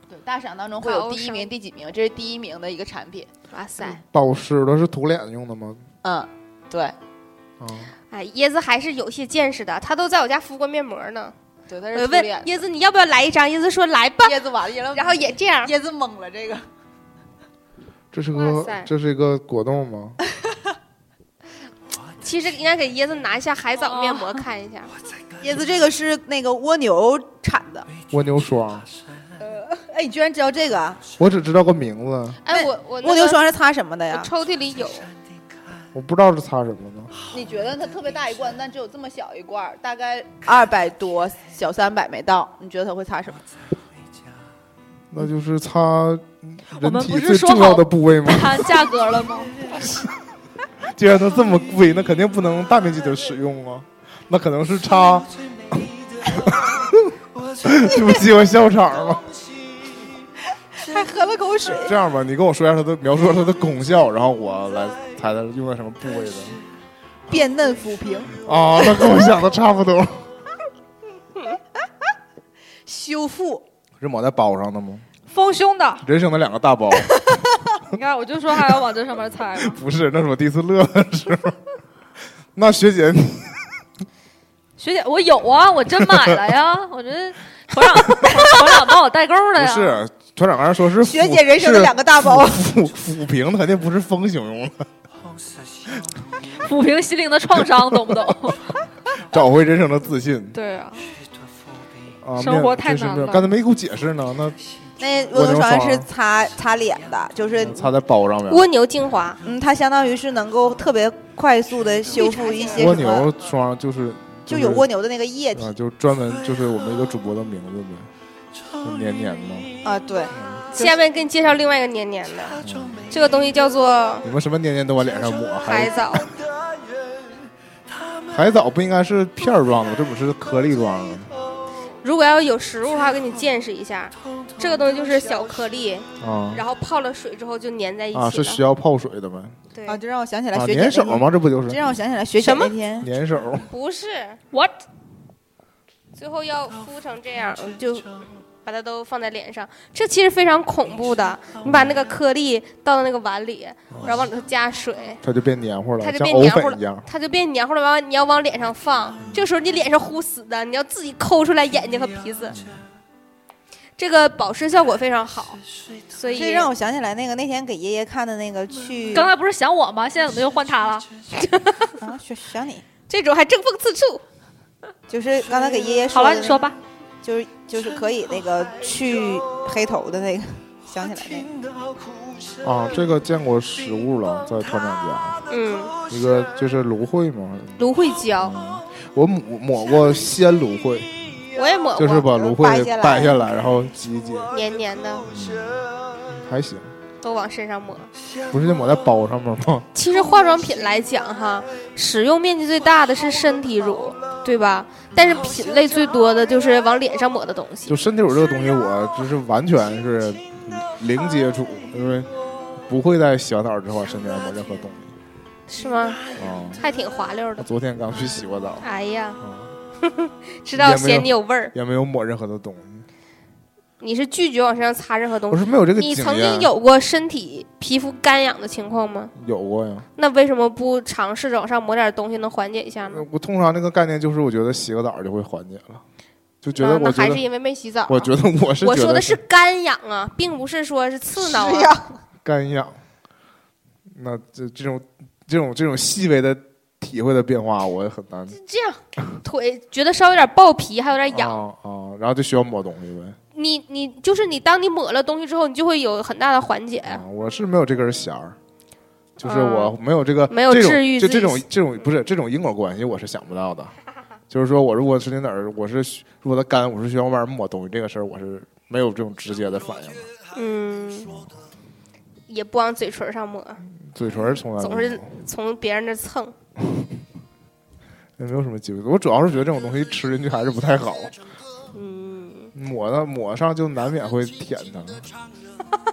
对，大赏当中会有第一名、第几名，这是第一名的一个产品。哇塞，保湿的是涂脸用的吗？嗯，对，啊，哎，椰子还是有些见识的，他都在我家敷过面膜呢。对，它我是就呃初问恋。椰子你要不要来一张？椰子说来吧，椰子完了，椰子 [LAUGHS] 然后也这样。椰子懵了， [LAUGHS] 这个这是哇个塞这是一个果冻吗？其实应该给椰子拿一下海藻面膜看 [LAUGHS] 一下。椰子这个是那个蜗牛产的。蜗牛霜，哎，你居然知道这个啊？我只知道个名字，哎，那我我那蜗牛个霜是擦什么的我呀？抽屉里有，我不知道是擦什么呢。你觉得它特别大一罐，但只有这么小一罐，大概二百多，小三百没到。你觉得它会擦什么？那就是擦我人们不体是最说重要好的部位吗？ [LAUGHS] 谈价格了吗？既然都这么贵，那肯定不能大面积的使用啊。那可能是擦， [LAUGHS] 对不起，我笑场了。还喝了口水。 [LAUGHS] 这样吧，你跟我说一下它的描述它的功效，然后我来猜它是用在什么部位的。变嫩抚平，啊，那跟我想的差不多。修复。是抹在包上的吗？丰胸的，人生的两个大包， [LAUGHS] 你看，我就说还要往这上面猜嘛。不是，那是我第一次乐的时候。 [LAUGHS] 那学姐，你 [LAUGHS] 学姐，我有啊，我真买了 [LAUGHS] 呀，我这团长团长帮我代购的不啊呀。是团长刚才说是学姐人生的两个个大包，抚抚平的，肯定不是风形容的，抚平心灵的创伤，懂不懂？找回人生的自信 [LAUGHS] 对啊，啊！生活太难面对身了边刚才没给我解释呢，那那蜗牛霜蜗牛霜是擦擦脸的，就是擦在包上面。蜗牛精华，嗯，它相当于是能够特别快速的修复一些蜗什么牛霜就是就有蜗牛的那个液体啊，就是专门就是我们一个主播的名字呗，就年年嘛。啊，对，下面给你介绍另外一个黏黏的，这个东西叫做你们什么年年都往脸上抹？海海藻，海藻不应该是片儿状的吗，这不是颗粒状的吗如果要有食物的话，给你见识一下。这个东西就是小颗粒，啊？然后泡了水之后就粘在一起了。啊，是需要泡水的呗？对，啊，这让我想起来啊，学姐那粘手天，吗？这不就是这让我想起来学姐什么那天，粘手？不是 What？最后要敷成这样，就把它都放在脸上，这其实非常恐怖的。你把那个颗粒倒到那个碗里，然后往里头加水，它就变黏糊了，它就像变藕黏糊粉了一样。它就变黏糊了，完了你要往脸上放，这个时候你脸是糊死的，你要自己抠出来眼睛和鼻子。这个保湿效果非常好，所以这让我想起来那个那天给爷爷看的那个去，刚才不是想我吗？现在怎么又换他了？啊想想你，这种还争风吃醋。就是刚才给爷爷好说的了，那个，你说吧。就是就是可以那个去黑头的那个，想起来那个啊，这个见过实物了，在团长家，嗯，一个就是芦荟嘛，嗯芦荟胶我抹抹过鲜芦荟，我也抹过，就是把芦荟掰下来掰下来，然后挤一挤，黏黏的嗯还行，都往身上抹。不是就抹在包上面吗？其实化妆品来讲哈，使用面积最大的是身体乳，对吧？但是品类最多的就是往脸上抹的东西就。身体乳这个东西，我就是完全是零接触，因为不会在洗完澡之后身体上抹任何东西是吗？啊。还挺滑溜我的。昨天刚去洗过澡，哎呀，啊，知道嫌你有味儿，也没有抹任何的东西，你是拒绝往身上擦任何东我西。是没有这个经你验。曾经有过身体皮肤干痒的情况吗？有过呀？那为什么不尝试着往上抹点东西，能缓解一下呢？我通常那个概念就是，我觉得洗个澡就会缓解了，就觉啊得那我觉还是得因为没洗澡啊、我觉得我是我觉说的得是干痒啊，并不是说是刺挠是啊。呀，干痒。那这这种这种这种细微的体会的变化，我也很难这样，腿觉得稍微有点爆皮，还有点痒。啊啊，然后就需要抹东西呗。你你就是你，当你抹了东西之后，你就会有很大的缓解。啊，我是没有这根弦儿，就是哎嗯我没有这个没有这种治愈就自这己种这种不是这种因果关系，我是想不到 [LAUGHS] 的。就是说我如果身体哪儿我是需如果它干，我是需要往外抹东西，这个事儿我是没有这种直接的反应的。嗯，也不往嘴唇上抹，嘴唇儿从来总没是有从别人那蹭。也没有什么机会，我主要是觉得这种东西吃进去还是不太好，嗯，抹的抹上就难免会舔它。 [LAUGHS]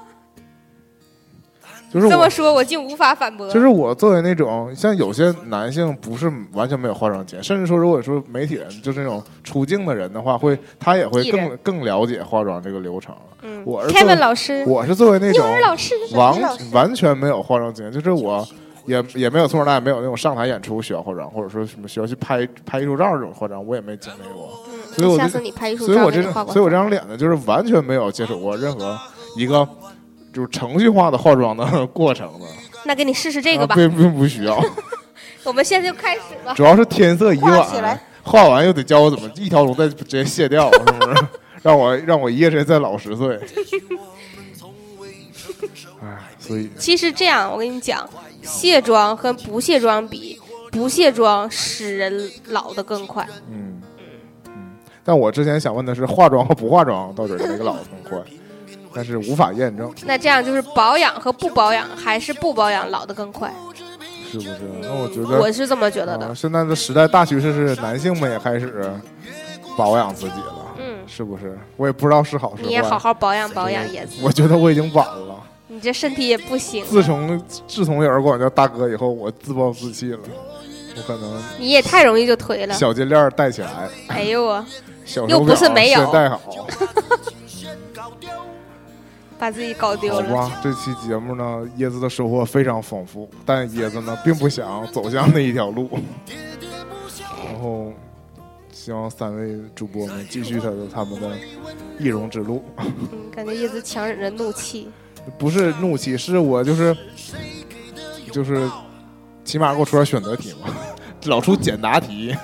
就是这我么说我竟无法反驳。就是我作为那种像有些男性不是完全没有化妆前，甚至说如果说媒体人就是那种出镜的人的话，会他也会艺更人更了解化妆这个流程。嗯我是作，Kevin 为老师，我是作为那幼种儿老师，完老师完全没有化妆经验，就是我也也没有从小到大也没有那种上台演出需要化妆，或者说什么需要去拍拍艺术照这种化妆，我也没经历过。所以我嗯下就次你拍艺术所以照我给这你画张，过所以我这张脸呢，就是完全没有接触过任何一个就是程序化的化妆的 [LAUGHS] 过程的。那给你试试这个吧啊。并并不 [LAUGHS] 需要。我们现在就开始吧。主要是天色已画起晚来，画完又得教我怎么一条龙再直接卸掉，是不是？ [LAUGHS] 让我让我一夜之间再老十岁。哎，所以其实这样，我跟你讲，卸妆和不卸妆比，不卸妆使人老得更快。嗯嗯，但我之前想问的是，化妆和不化妆到底哪个老更快？但是无法验证，那这样就是保养和不保养，还是不保养老得更快？是不是？那我觉我得，是这么觉得啊的。现在的时代大趋势是男性们也开始保养自己了，嗯，是不是？我也不知道是好是坏。你也好好保养保养椰子，我觉得我已经晚了。你这身体也不行，自从自从有人管我叫大哥以后，我自暴自弃了。我可能你也太容易就颓了。小金链儿戴起来，哎呦我，小又手不表是没有先戴好，把自己搞丢好了。吧。这期节目呢，椰子的收获非常丰富，但椰子呢并不想走向那一条路。然后，希望三位主播们继续他的他们的易容之路，嗯，感觉椰子强忍着怒气。不是怒气，是我就是就是，起码给我出点选择题嘛， [LAUGHS] 老出简答题，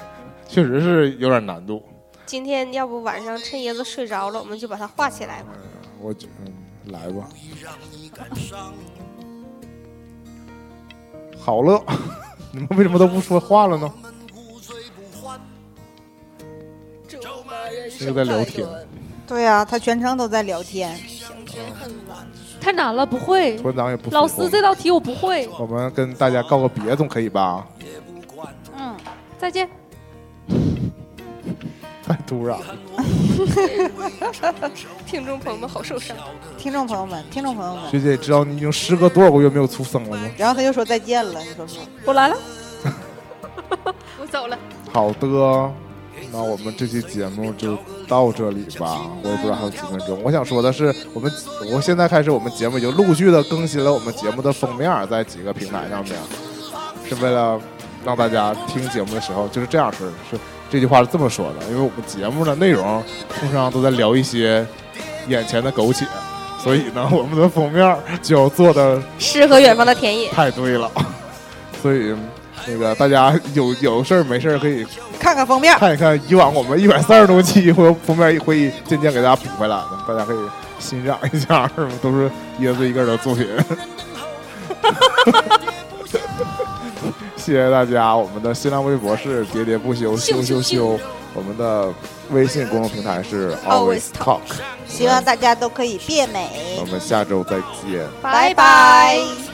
确实是有点难度。今天要不晚上趁椰子睡着了，我们就把它画起来吧。我觉嗯，来吧。好了， [LAUGHS] 你们为什么都不说话了呢？这个在聊天，对呀、他全程都在聊天，太难了，不会。团长也不服老师这道题我不会。我们跟大家告个别，总可以吧？再见。太突然了，听众朋友们好受伤。听众朋友们，听众朋友们，学姐知道你已经时隔多少个月没有出声了吗？然后他就说再见了，你说说，我来了，我走了，好的，那我们这期节目就到这里吧，我也不知道还有几分钟。我想说的是，我们我现在开始，我们节目已经陆续的更新了我们节目的封面，在几个平台上面，是为了让大家听节目的时候就是这样式的，是这句话是这么说的。因为我们节目的内容通常都在聊一些眼前的苟且，所以呢，我们的封面就要做的诗和远方的田野，太对了，所以那个大家有有事儿没事儿可以看看封面， [LAUGHS] 看一看以往我们一百三十多期会封面会议渐渐给大家补回来的，大家可以欣赏一下，是吗？都是椰子一个人的作品。 [LAUGHS] 谢谢大家，我们的新浪微博是喋喋不休，休休休，我们的微信公众平台是 Always Talk，希望大家都可以变美。我们下周再见。拜拜